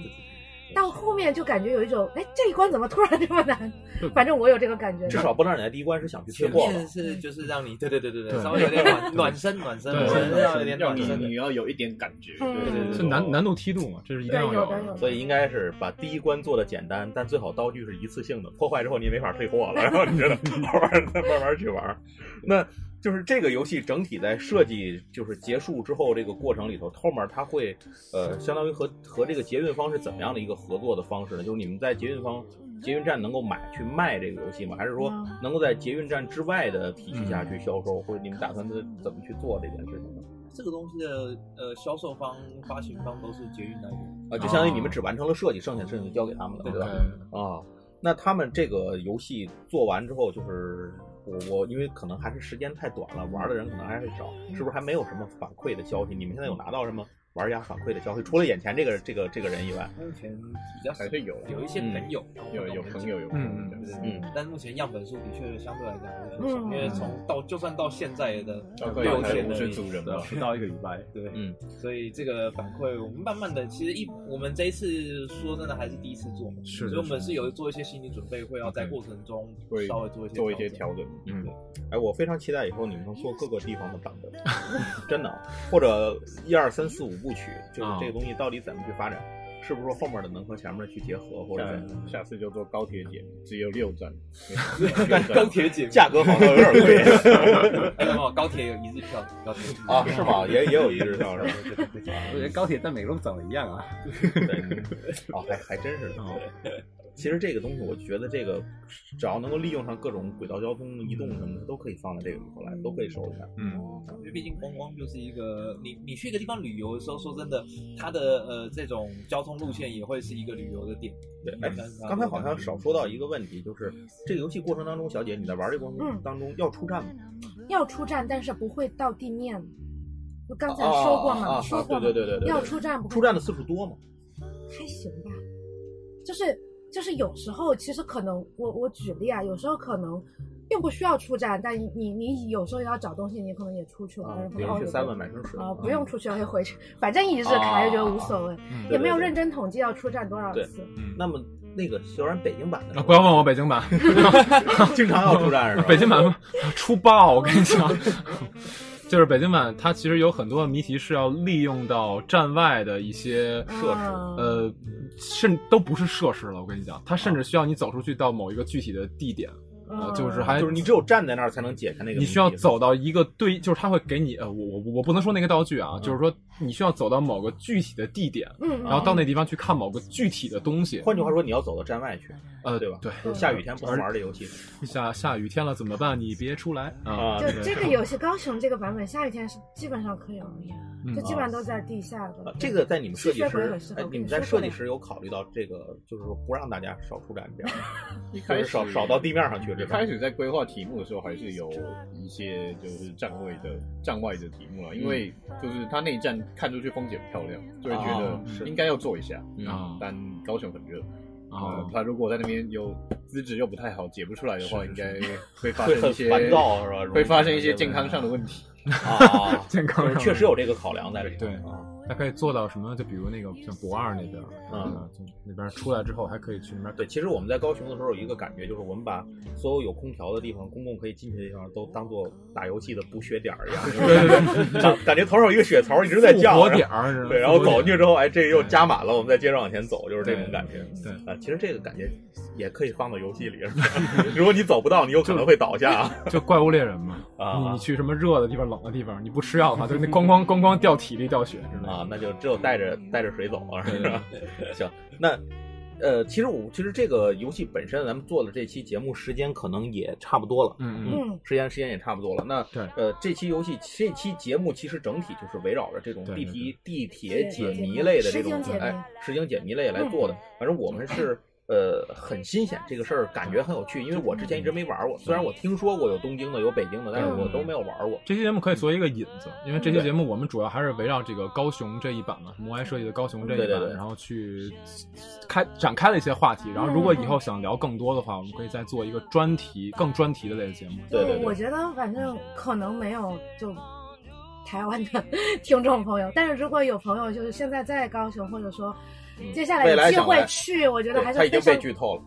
Speaker 3: 到后面就感觉有一种，哎，这一关怎么突然这么难？反正我有这个感觉。
Speaker 1: 至少不让你在第一关是想去吃
Speaker 4: 确
Speaker 1: 货吧
Speaker 4: 实。是就是让你对对对对
Speaker 2: 对
Speaker 4: 对，稍微有点暖暖身暖身，
Speaker 2: 对
Speaker 4: 我觉得要有点
Speaker 5: 要
Speaker 4: 暖
Speaker 5: 你
Speaker 4: 身的
Speaker 5: 你。要有一点感觉，
Speaker 3: 嗯
Speaker 5: 对对对，
Speaker 2: 是难难度梯度嘛，这是一定要
Speaker 3: 对有的有的
Speaker 1: 所以应该是把第一关做的简单，但最好道具是一次性的，破坏之后你也没法退货了，然后你觉得好玩儿再慢慢去玩儿。那就是这个游戏整体在设计就是结束之后这个过程里头，后面它会呃相当于和和这个捷运方是怎么样的一个合作的方式呢？就是你们在捷运方捷运站能够买去卖这个游戏吗？还是说
Speaker 3: 嗯
Speaker 1: 能够在捷运站之外的体系下去销售，或者你们打算怎么去做这件事情呢？
Speaker 4: 这个东西的呃销售方、发行方都是捷运那边，
Speaker 1: 啊，就相当于你们只完成了设计，剩下的事情就交给他们了，对吧？
Speaker 2: 对，
Speaker 1: 啊，那他们这个游戏做完之后，就是我我因为可能还是时间太短了，玩的人可能还是少，是不是还没有什么反馈的消息？你们现在有拿到什么玩家反馈的消费，除了眼前这个这个这个人以外，
Speaker 4: 目前比较少
Speaker 5: 还是有
Speaker 4: 有一些朋友，
Speaker 5: 有有朋友有朋
Speaker 2: 嗯
Speaker 4: 对
Speaker 5: 友这样
Speaker 4: 不
Speaker 5: 子
Speaker 4: 对，
Speaker 1: 嗯
Speaker 4: 但目前样本数的确相对来讲还是很少，
Speaker 3: 嗯
Speaker 4: 因为从到就算到现在的
Speaker 5: 包括
Speaker 4: 六
Speaker 5: 有才
Speaker 4: 千
Speaker 5: 五
Speaker 4: 的
Speaker 5: 十组人
Speaker 6: 对
Speaker 5: 嘛
Speaker 6: 啊，，不到一个礼拜，
Speaker 4: 对，
Speaker 1: 嗯，
Speaker 4: 所以这个反馈，我们慢慢的，其实一我们这一次说真的还是第一次做嘛，
Speaker 2: 是
Speaker 4: 所以我们是有做一些心理准备，会要在
Speaker 2: OK
Speaker 4: 过程中
Speaker 5: 会
Speaker 4: 稍微做一些
Speaker 5: 做一些
Speaker 4: 调
Speaker 5: 调整。
Speaker 1: 嗯，哎，我非常期待以后你们能做各个地方的版本，真的，或者一二三四五部曲，就是这个东西到底怎么去发展，是不是说后面的能和前面的去结合，或者怎么样
Speaker 5: 下下次就做高铁解谜，只有六站，
Speaker 4: 整。钢铁 [laughs] 姐，
Speaker 1: 价格好像有点贵
Speaker 4: 哎没有高铁有一日票，高铁
Speaker 1: 啊？是吗？也也有一日票是吧？
Speaker 6: 我觉得高铁但每个都长得一样啊。
Speaker 2: [laughs]
Speaker 1: 对，哦，还还真是的。其实这个东西，我觉得这个只要能够利用上各种轨道交通、移动什么的，都可以放在这个里头来，都可以收拾它。
Speaker 2: 嗯，
Speaker 4: 因为毕竟观光就是一个，你你去一个地方旅游的时候，说真的，它的呃这种交通路线也会是一个旅游的点。
Speaker 1: 对，
Speaker 2: 嗯
Speaker 1: 哎，刚才好像少说到一个问题，就是这个游戏过程当中，小姐你在玩这过程当中要出站吗？
Speaker 3: 要出站，但是不会到地面。我刚才说过嘛，
Speaker 1: 啊啊啊
Speaker 3: 说过嘛、
Speaker 1: 对对对对对对
Speaker 3: 要出站不会
Speaker 1: 出站的次数多吗？
Speaker 3: 还行吧，就是就是有时候其实可能我我举例啊，有时候可能并不需要出站，但你你你有时候要找东西，你可能也出去了，但是
Speaker 1: 比
Speaker 3: 可能
Speaker 1: 如
Speaker 3: 哦
Speaker 1: 去
Speaker 3: 有
Speaker 1: seven 买瓶水
Speaker 3: 啊、不用出去了，就回去，反正一日
Speaker 1: 嗯啊
Speaker 3: 开，就觉得无所谓，
Speaker 2: 嗯
Speaker 1: 对
Speaker 3: 也没有认真统计要出站多少次。
Speaker 1: 那么那个小然北京版的时
Speaker 2: 啊，
Speaker 1: 候
Speaker 2: 不要问我北京
Speaker 1: [laughs]
Speaker 2: 版，
Speaker 1: 经常要出站是吧？
Speaker 2: 北京版出爆，我跟你讲，就是北京版，它其实有很多谜题是要利用到站外的一些
Speaker 1: 设施
Speaker 3: 嗯，
Speaker 2: 呃，甚都不是设施了。我跟你讲，它甚至需要你走出去到某一个具体的地点，啊
Speaker 3: 嗯
Speaker 2: 就是还
Speaker 1: 就是你只有站在那儿才能解开那个谜题，
Speaker 2: 你需要走到一个对，就是它会给你，呃，我我我不能说那个道具啊，
Speaker 1: 嗯
Speaker 2: 就是说你需要走到某个具体的地点，
Speaker 3: 嗯，嗯
Speaker 2: 然后到那地方去看某个具体的东西。
Speaker 1: 换句话说，你要走到站外去，
Speaker 2: 呃，
Speaker 1: 对吧
Speaker 2: 对，
Speaker 3: 嗯
Speaker 1: 下雨天不能玩这游
Speaker 2: 嗯
Speaker 1: 戏
Speaker 2: 下下雨天了怎么办？你别出来啊！
Speaker 1: 啊
Speaker 3: 就这个游戏，高雄这个版本下雨天是基本上可以玩
Speaker 2: 嗯
Speaker 3: 的，就基本上都在地下的
Speaker 1: 啊。这个在你们设计
Speaker 3: 吸血鬼很
Speaker 1: 师
Speaker 3: 适，合
Speaker 1: 哎，你们在设计师有考虑到这个，就是说不让大家少出站
Speaker 2: [laughs]
Speaker 1: 这样，
Speaker 5: 一
Speaker 1: 就
Speaker 5: 开
Speaker 1: 是
Speaker 5: 始
Speaker 1: 少少到地面上去这
Speaker 5: 一
Speaker 1: 种
Speaker 5: 开。始在规划题目的时候，还是有一些就是站位的站外的题目了，啊因为
Speaker 1: 嗯
Speaker 5: 就是它那一站看出去风景漂亮，就会觉
Speaker 2: 哦
Speaker 5: 得应该要做一下。嗯
Speaker 1: 哦
Speaker 2: 啊
Speaker 5: 但高雄很热，
Speaker 2: 啊
Speaker 5: 呃，他如果在那边有资质又不太好，解不出来的话，应该
Speaker 1: [laughs]
Speaker 5: 会发
Speaker 1: 会
Speaker 5: 生
Speaker 1: 很
Speaker 5: 一些
Speaker 1: 烦躁是吧？
Speaker 5: 会发生一些健康上的问题。
Speaker 2: [laughs]
Speaker 1: 啊，
Speaker 2: 健康上
Speaker 1: 就是确实有这个考量在里头。
Speaker 2: 对
Speaker 1: 啊，
Speaker 2: 它可以做到什么？就比如那个像博二那边，
Speaker 1: 嗯
Speaker 2: 啊，就那边出来之后还可以去那边
Speaker 1: 对，其实我们在高雄的时候有一个感觉，就是我们把所有有空调的地方、公共可以进去的地方，都当做打游戏的补血点儿
Speaker 2: [laughs]
Speaker 1: 一样。对
Speaker 2: 对对对，
Speaker 1: 感感觉头上有一个血槽一直在降，
Speaker 2: 复活
Speaker 1: 然后
Speaker 2: 点儿，是吧
Speaker 1: 对，然后走进去之后，哎，这又加满了，我们再接着往前走，就是这种感觉。
Speaker 2: 对
Speaker 1: 啊，其实这个感觉也可以放到游戏里。 [laughs] 是吧如果你走不到，你有可能会倒下啊。
Speaker 2: 就怪物猎人嘛，
Speaker 1: 啊
Speaker 2: 你你去什么热的地方、冷的地方，你不吃药的话，就是那咣咣咣咣掉体力、掉血之类的
Speaker 1: 啊，那就只有带着
Speaker 3: 嗯
Speaker 1: 带着水走了，是
Speaker 2: 对
Speaker 1: 吧？行，那呃，其实我其实这个游戏本身，咱们做的这期节目时间可能也差不多了。
Speaker 2: 嗯嗯，
Speaker 3: 嗯，
Speaker 1: 时间时间也差不多了，那
Speaker 2: 对
Speaker 1: 呃，这期游戏这期节目其实整体就是围绕着这种
Speaker 2: 对
Speaker 1: 地
Speaker 2: 对
Speaker 1: 题地铁解
Speaker 3: 对对
Speaker 1: 谜
Speaker 3: 对
Speaker 1: 类的这
Speaker 3: 实
Speaker 1: 种
Speaker 3: 景解谜嗯
Speaker 1: 哎实景解谜类来做的。反正我们是呃很新鲜，这个事儿感觉很有趣，因为我之前一直没玩过，虽然我听说过有东京的有北京的，但是
Speaker 3: 嗯
Speaker 1: 我都没有玩过。
Speaker 2: 这期节目可以作为一个引子，因为这期节目我们主要还是围绕这个高雄这一版嘛，摩埃设计的高雄这一版，
Speaker 1: 对对对
Speaker 2: 然后去开展开了一些话题。然后如果以后想聊更多的话，我们可以再做一个专题、更专题的类的节目。
Speaker 1: 对对
Speaker 3: 就我
Speaker 1: 对，
Speaker 3: 觉得反正可能没有就台湾的 [laughs] 听众朋友，但是如果有朋友就是现在在高雄，或者说接下来
Speaker 1: 未来
Speaker 3: 有机
Speaker 1: 想
Speaker 3: 会
Speaker 1: 来
Speaker 3: 去，我觉得
Speaker 1: 对
Speaker 3: 还是
Speaker 1: 他已经
Speaker 3: 非常
Speaker 1: 被剧透了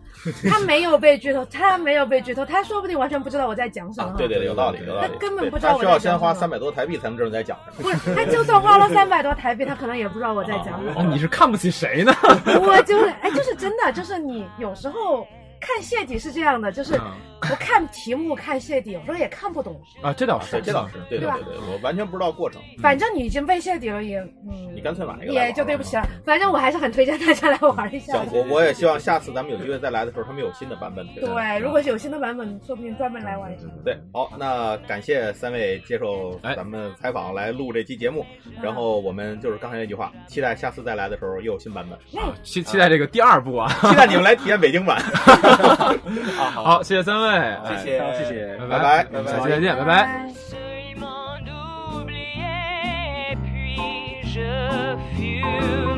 Speaker 3: 他没有被剧透，他没有被剧透，他说不定完全不知道我在讲什么。
Speaker 1: 啊！对对对，有道理，有道理。
Speaker 3: 他根本
Speaker 1: 对
Speaker 3: 不知道
Speaker 1: 他
Speaker 3: 我
Speaker 1: 需
Speaker 3: 在
Speaker 1: 要先
Speaker 3: 讲
Speaker 1: 花
Speaker 3: 什
Speaker 1: 三
Speaker 3: 么
Speaker 1: 百多台币才能知道你在讲什么。
Speaker 3: 不是，他就算花了三百多台币，他可能也不知道我在讲
Speaker 1: [laughs]
Speaker 3: 什么。
Speaker 2: 哦，你是看不起谁呢？
Speaker 1: 嗯
Speaker 3: 我就是，哎，就是真的，就是你有时候看谢底是这样的，就是
Speaker 1: 啊
Speaker 2: 嗯
Speaker 3: 我看题目看谢底，有时候也看不懂，
Speaker 2: 啊，这倒是，啊
Speaker 1: 对，这倒是，对
Speaker 3: 对
Speaker 1: 对
Speaker 3: 吧
Speaker 1: 对对，我完全不知道过程，
Speaker 3: 反正你已经被谢底了，也嗯，
Speaker 1: 嗯你干脆买一个来玩
Speaker 3: 也就对不
Speaker 1: 吧啊
Speaker 3: 起了。啊反正我还是很推荐大家来玩一下
Speaker 1: 行，。我我也希望下次咱们有机会再来的时候，他们有新的版本推荐。
Speaker 3: 对，如果是有新的版本，说不定专门来玩一下。
Speaker 1: 对，好，那感谢三位接受
Speaker 6: 哎
Speaker 1: 咱们采访来录这期节目，
Speaker 3: 嗯
Speaker 1: 然后我们就是刚才那句话，期待下次再来的时候又有新
Speaker 3: [laughs]
Speaker 1: 版本，
Speaker 2: 啊期期待这个第二部啊！
Speaker 1: 期待你们来体验北京
Speaker 6: [laughs]
Speaker 1: 版，
Speaker 4: 啊，好，
Speaker 2: [laughs] 好，谢谢三位，
Speaker 1: 哎
Speaker 4: 谢谢，
Speaker 6: 好谢嗯谢。
Speaker 2: 拜
Speaker 1: 拜拜
Speaker 2: 我们
Speaker 1: 拜
Speaker 2: 下期
Speaker 1: 拜
Speaker 2: 再见，拜拜。
Speaker 7: seulement d'oublier, puis je you